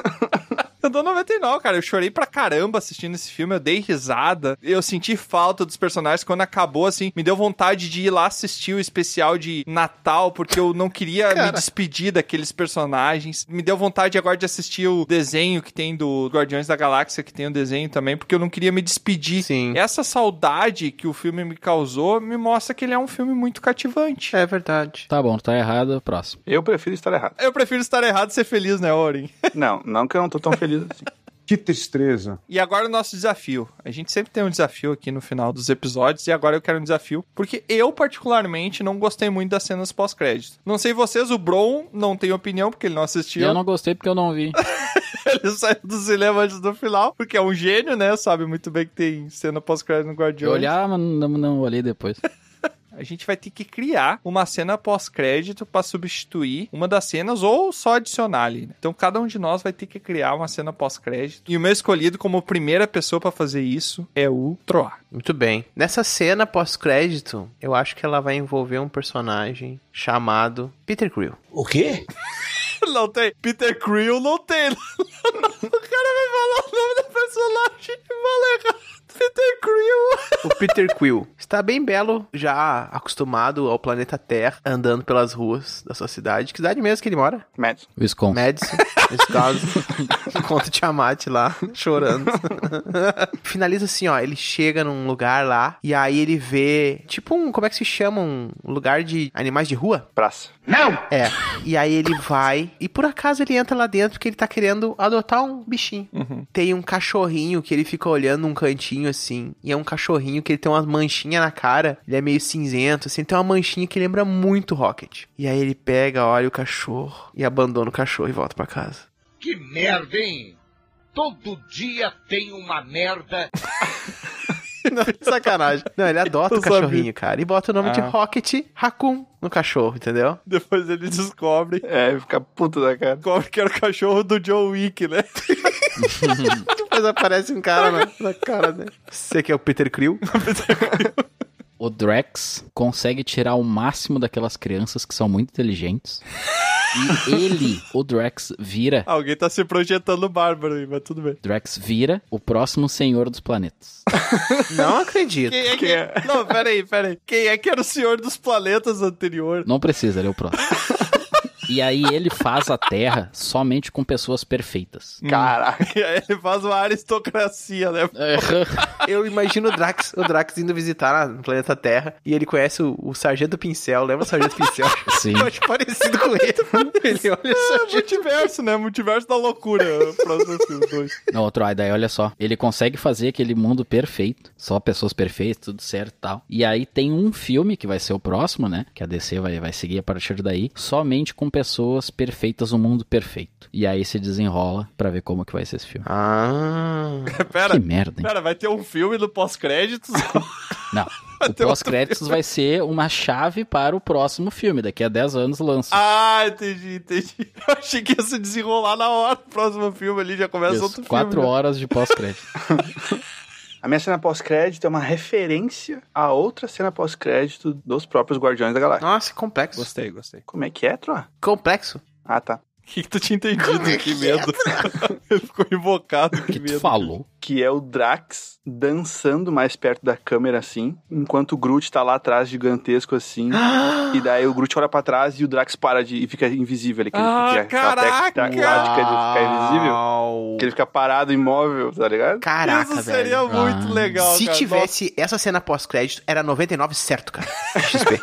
S1: Eu dou 99, cara. Eu chorei pra caramba assistindo esse filme. Eu dei risada. Eu senti falta dos personagens quando acabou, assim. Me deu vontade de ir lá assistir o especial de Natal, porque eu não queria me despedir daqueles personagens. Me deu vontade agora de assistir o desenho que tem do Guardiões da Galáxia, que tem o um desenho também, porque eu não queria me despedir.
S3: Sim.
S1: Essa saudade que o filme me causou me mostra que ele é um filme muito cativante.
S3: É verdade.
S4: Tá bom, tá errado. Próximo.
S5: Eu prefiro estar errado.
S1: Eu prefiro estar errado e ser feliz, né, Orin?
S5: Não, não que eu não tô tão feliz. Assim.
S9: Que tristeza.
S1: E agora o nosso desafio. A gente sempre tem um desafio aqui no final dos episódios, e agora eu quero um desafio, porque eu, particularmente, não gostei muito das cenas pós-crédito. Não sei vocês, o Bron não tem opinião, porque ele não assistiu.
S4: Eu não gostei porque eu não vi.
S1: ele saiu do cinema antes do final, porque é um gênio, né? Sabe muito bem que tem cena pós-crédito no Guardiões.
S4: Eu olhar, mas não, não olhei depois.
S1: A gente vai ter que criar uma cena pós-crédito para substituir uma das cenas ou só adicionar ali. Né? Então cada um de nós vai ter que criar uma cena pós-crédito. E o meu escolhido como primeira pessoa para fazer isso é o Troar.
S3: Muito bem. Nessa cena pós-crédito, eu acho que ela vai envolver um personagem chamado Peter Creel.
S12: O quê?
S1: não tem. Peter Creel não tem. o cara vai falar o nome do personagem e fala errado. Peter Quill.
S3: O Peter Quill está bem belo, já acostumado ao planeta Terra, andando pelas ruas da sua cidade. Que cidade mesmo que ele mora?
S5: Madison.
S4: Wisconsin.
S3: Madison, nesse caso. Encontra o Tiamat lá, chorando. Finaliza assim, ó. Ele chega num lugar lá e aí ele vê, tipo um, como é que se chama? Um lugar de animais de rua?
S5: Praça.
S12: Não!
S3: É. E aí ele vai e por acaso ele entra lá dentro porque ele tá querendo adotar um bichinho.
S1: Uhum.
S3: Tem um cachorrinho que ele fica olhando num cantinho assim. E é um cachorrinho que ele tem umas manchinhas na cara. Ele é meio cinzento, assim. Tem uma manchinha que lembra muito Rocket. E aí ele pega, olha o cachorro. E abandona o cachorro e volta para casa.
S18: Que merda, hein? Todo dia tem uma merda.
S3: Não, sacanagem. Não, ele adota o cachorrinho, cara. E bota o nome ah. de Rocket Raccoon no cachorro, entendeu?
S1: Depois ele descobre.
S5: É, fica puto da cara.
S1: Descobre que era o cachorro do John Wick, né?
S3: Depois aparece um cara na, na cara dele. Você que é o Peter Crew? Peter Crew.
S4: O Drex consegue tirar o máximo daquelas crianças que são muito inteligentes. E ele, o Drex, vira.
S1: Alguém tá se projetando bárbaro aí, mas tudo bem.
S4: Drex vira o próximo senhor dos planetas.
S3: Não acredito.
S1: Quem é que... É? Não, peraí, peraí. Quem é que era o senhor dos planetas anterior?
S4: Não precisa, ele é o próximo. E aí ele faz a Terra somente com pessoas perfeitas.
S1: Caraca, ele faz uma aristocracia, né?
S3: Eu imagino o Drax, o Drax indo visitar no planeta Terra e ele conhece o, o Sargento Pincel, lembra o Sargento Pincel?
S4: Sim.
S3: Eu acho parecido com ele. ele olha o
S1: Sargento... É, multiverso, né? Multiverso da loucura.
S4: Não, outro, aí daí olha só. Ele consegue fazer aquele mundo perfeito, só pessoas perfeitas, tudo certo e tal. E aí tem um filme que vai ser o próximo, né? Que a DC vai, vai seguir a partir daí, somente com pessoas perfeitas, um mundo perfeito. E aí se desenrola para ver como que vai ser esse filme.
S3: Ah.
S1: pera,
S4: que merda. Hein?
S1: Pera, vai ter um filme no pós-créditos?
S4: Não. O pós-créditos vai ser uma chave para o próximo filme. Daqui a 10 anos lança.
S1: Ah, entendi, entendi. Eu achei que ia se desenrolar na hora. O próximo filme ali já começa Isso, outro
S4: quatro
S1: filme.
S4: 4 horas né? de pós-crédito.
S5: A minha cena pós-crédito é uma referência a outra cena pós-crédito dos próprios Guardiões da Galáxia.
S3: Nossa, complexo.
S1: Gostei, gostei.
S5: Como é que é, Troa?
S3: Complexo.
S5: Ah, tá.
S1: O que, que, tu tinha entendido? Que, que, medo. É, Ele ficou invocado. Que, que medo.
S4: falou?
S5: Que é o Drax dançando mais perto da câmera, assim, enquanto o Groot tá lá atrás, gigantesco, assim. e daí o Groot olha pra trás e o Drax para de, e fica invisível. Ele, que
S1: ah,
S5: ele,
S1: fica, caraca!
S5: Técnica, de ficar invisível. Que ele fica parado, imóvel, tá ligado?
S3: Caraca,
S1: Isso seria
S3: velho.
S1: muito ah. legal,
S3: Se
S1: cara.
S3: tivesse essa cena pós-crédito, era 99 certo, cara. XP.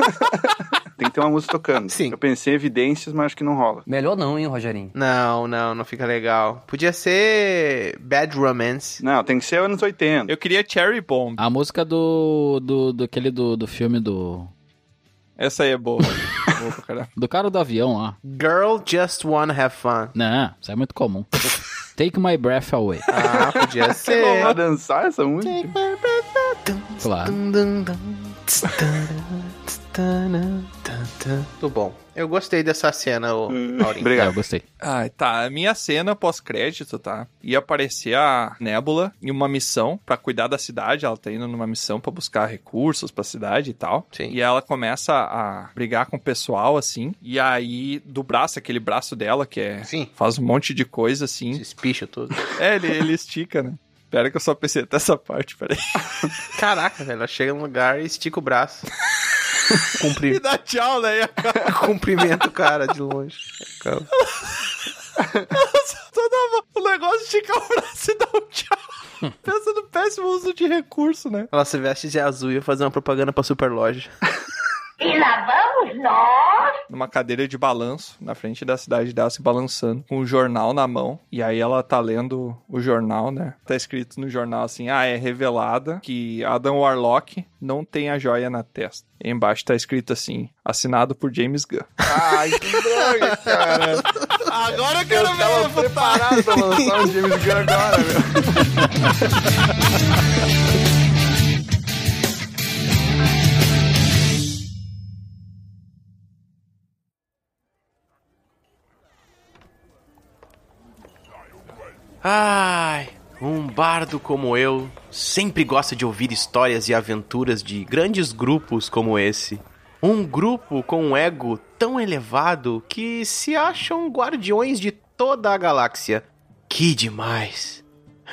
S5: tem que ter uma música tocando.
S3: Sim.
S5: Eu pensei em evidências, mas acho que não rola.
S1: Né?
S3: Melhor não, hein, Rogerinho? Não, não, não fica legal. Podia ser Bad Romance.
S5: Não, tem que ser anos 80.
S1: Eu queria Cherry Bomb.
S4: A música do. do, do aquele do, do filme do.
S1: Essa aí é boa.
S4: do cara do avião lá.
S3: Girl Just Wanna Have Fun.
S4: Não, isso é muito comum. Take My Breath Away.
S3: Ah, podia ser.
S5: Vamos lá dançar essa música? Take my
S4: breath claro.
S3: Muito bom. Eu gostei dessa cena, ô, Maurinho.
S5: Obrigado.
S4: É, eu gostei.
S1: Ah, tá. A minha cena pós-crédito, tá? Ia aparecer a Nebula em uma missão para cuidar da cidade. Ela tá indo numa missão para buscar recursos pra cidade e tal.
S3: Sim.
S1: E ela começa a brigar com o pessoal, assim. E aí, do braço, aquele braço dela que é.
S3: Sim.
S1: Faz um monte de coisa, assim.
S3: Esse espicho todo.
S1: É, ele, ele estica, né? Pera que eu só pensei até essa parte, peraí.
S3: Caraca, velho. Ela chega num lugar e estica o braço. Cumpri...
S1: E dá tchau, né?
S3: Cumprimento o cara de longe. Calma.
S1: Toda o negócio de esticar o braço e dar um tchau. Pensa no péssimo uso de recurso, né?
S3: Ela se veste de azul e ia fazer uma propaganda pra Superloja.
S19: E lá vamos nós!
S1: Numa cadeira de balanço, na frente da cidade dela, se balançando, com o jornal na mão. E aí ela tá lendo o jornal, né? Tá escrito no jornal assim: ah, é revelada que Adam Warlock não tem a joia na testa. E embaixo tá escrito assim: assinado por James Gunn.
S5: Ai, que droga, cara!
S1: Agora eu quero ver
S5: Tava preparado pra lançar o James Gunn agora, meu.
S3: Ai, um bardo como eu sempre gosta de ouvir histórias e aventuras de grandes grupos como esse. Um grupo com um ego tão elevado que se acham guardiões de toda a galáxia. Que demais!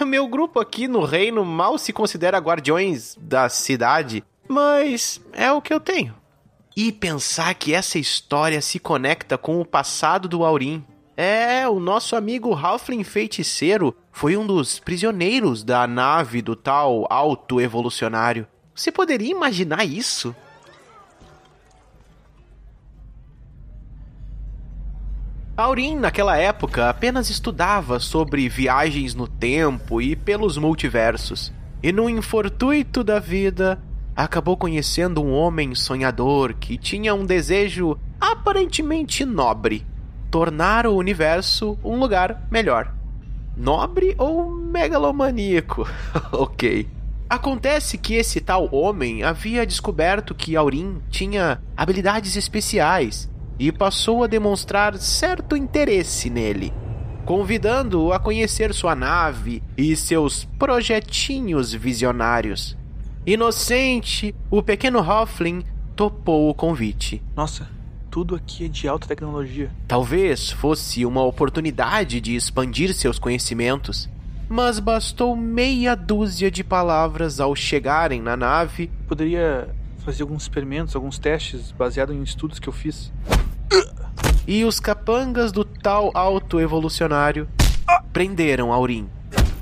S3: Meu grupo aqui no reino mal se considera guardiões da cidade, mas é o que eu tenho. E pensar que essa história se conecta com o passado do Aurim, é, o nosso amigo Halfling Feiticeiro foi um dos prisioneiros da nave do tal Alto Evolucionário. Você poderia imaginar isso? Aurin, naquela época, apenas estudava sobre viagens no tempo e pelos multiversos. E no infortuito da vida, acabou conhecendo um homem sonhador que tinha um desejo aparentemente nobre tornar o universo um lugar melhor. Nobre ou megalomaníaco? ok. Acontece que esse tal homem havia descoberto que Aurim tinha habilidades especiais e passou a demonstrar certo interesse nele, convidando-o a conhecer sua nave e seus projetinhos visionários. Inocente, o pequeno Hoffling topou o convite.
S5: Nossa, tudo aqui é de alta tecnologia.
S3: Talvez fosse uma oportunidade de expandir seus conhecimentos, mas bastou meia dúzia de palavras ao chegarem na nave.
S5: Poderia fazer alguns experimentos, alguns testes baseados em estudos que eu fiz.
S3: E os capangas do tal autoevolucionário ah! prenderam Aurim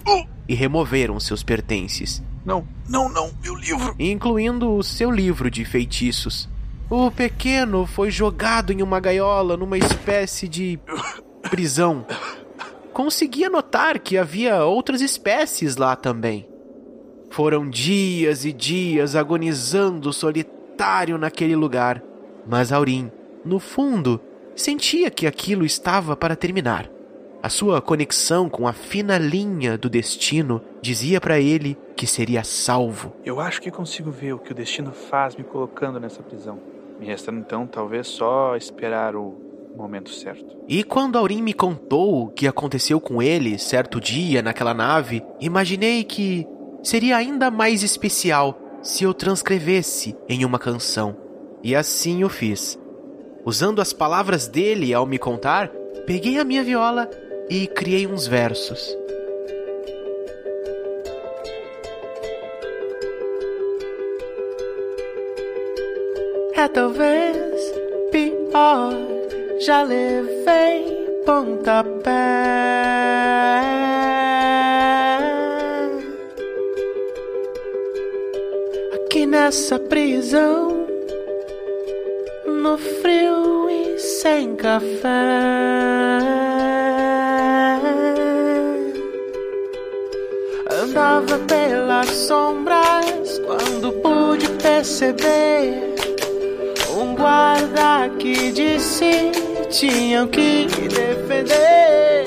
S3: uh! e removeram seus pertences.
S5: Não, não, não, meu livro!
S3: Incluindo o seu livro de feitiços. O pequeno foi jogado em uma gaiola numa espécie de prisão. Conseguia notar que havia outras espécies lá também. Foram dias e dias agonizando solitário naquele lugar, mas Aurim, no fundo, sentia que aquilo estava para terminar. A sua conexão com a fina linha do destino dizia para ele que seria salvo.
S5: Eu acho que consigo ver o que o destino faz me colocando nessa prisão. Me resta então talvez só esperar o momento certo.
S3: E quando Aurim me contou o que aconteceu com ele certo dia naquela nave, imaginei que seria ainda mais especial se eu transcrevesse em uma canção. E assim o fiz. Usando as palavras dele ao me contar, peguei a minha viola e criei uns versos.
S20: É talvez pior, já levei pontapé. Aqui nessa prisão, no frio e sem café. Andava pelas sombras quando pude perceber
S3: Um
S20: guarda que disse tinham que defender.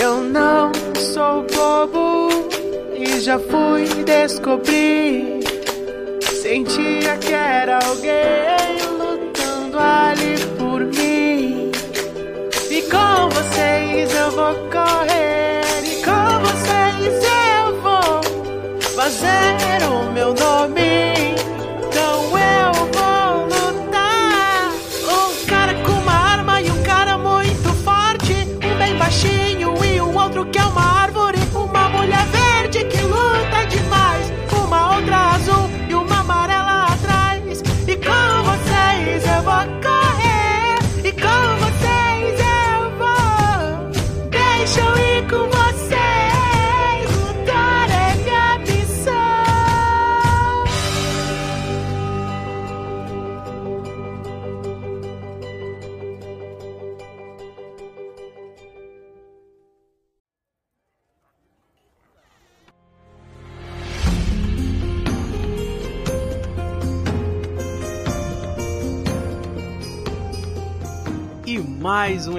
S3: Eu não sou bobo e já fui descobrir. Sentia que era alguém lutando ali por mim. E com vocês eu vou correr, e com vocês eu vou fazer o meu nome. Então eu vou lutar. Um cara com uma arma e um cara muito forte. Um bem baixinho e o outro que é uma árvore. Uma mulher verde que luta demais. Uma outra azul e uma amarela atrás. E com vocês eu vou correr. E com vocês eu vou. Deixa eu ir com vocês. Lutar é minha missão.
S21: E mais um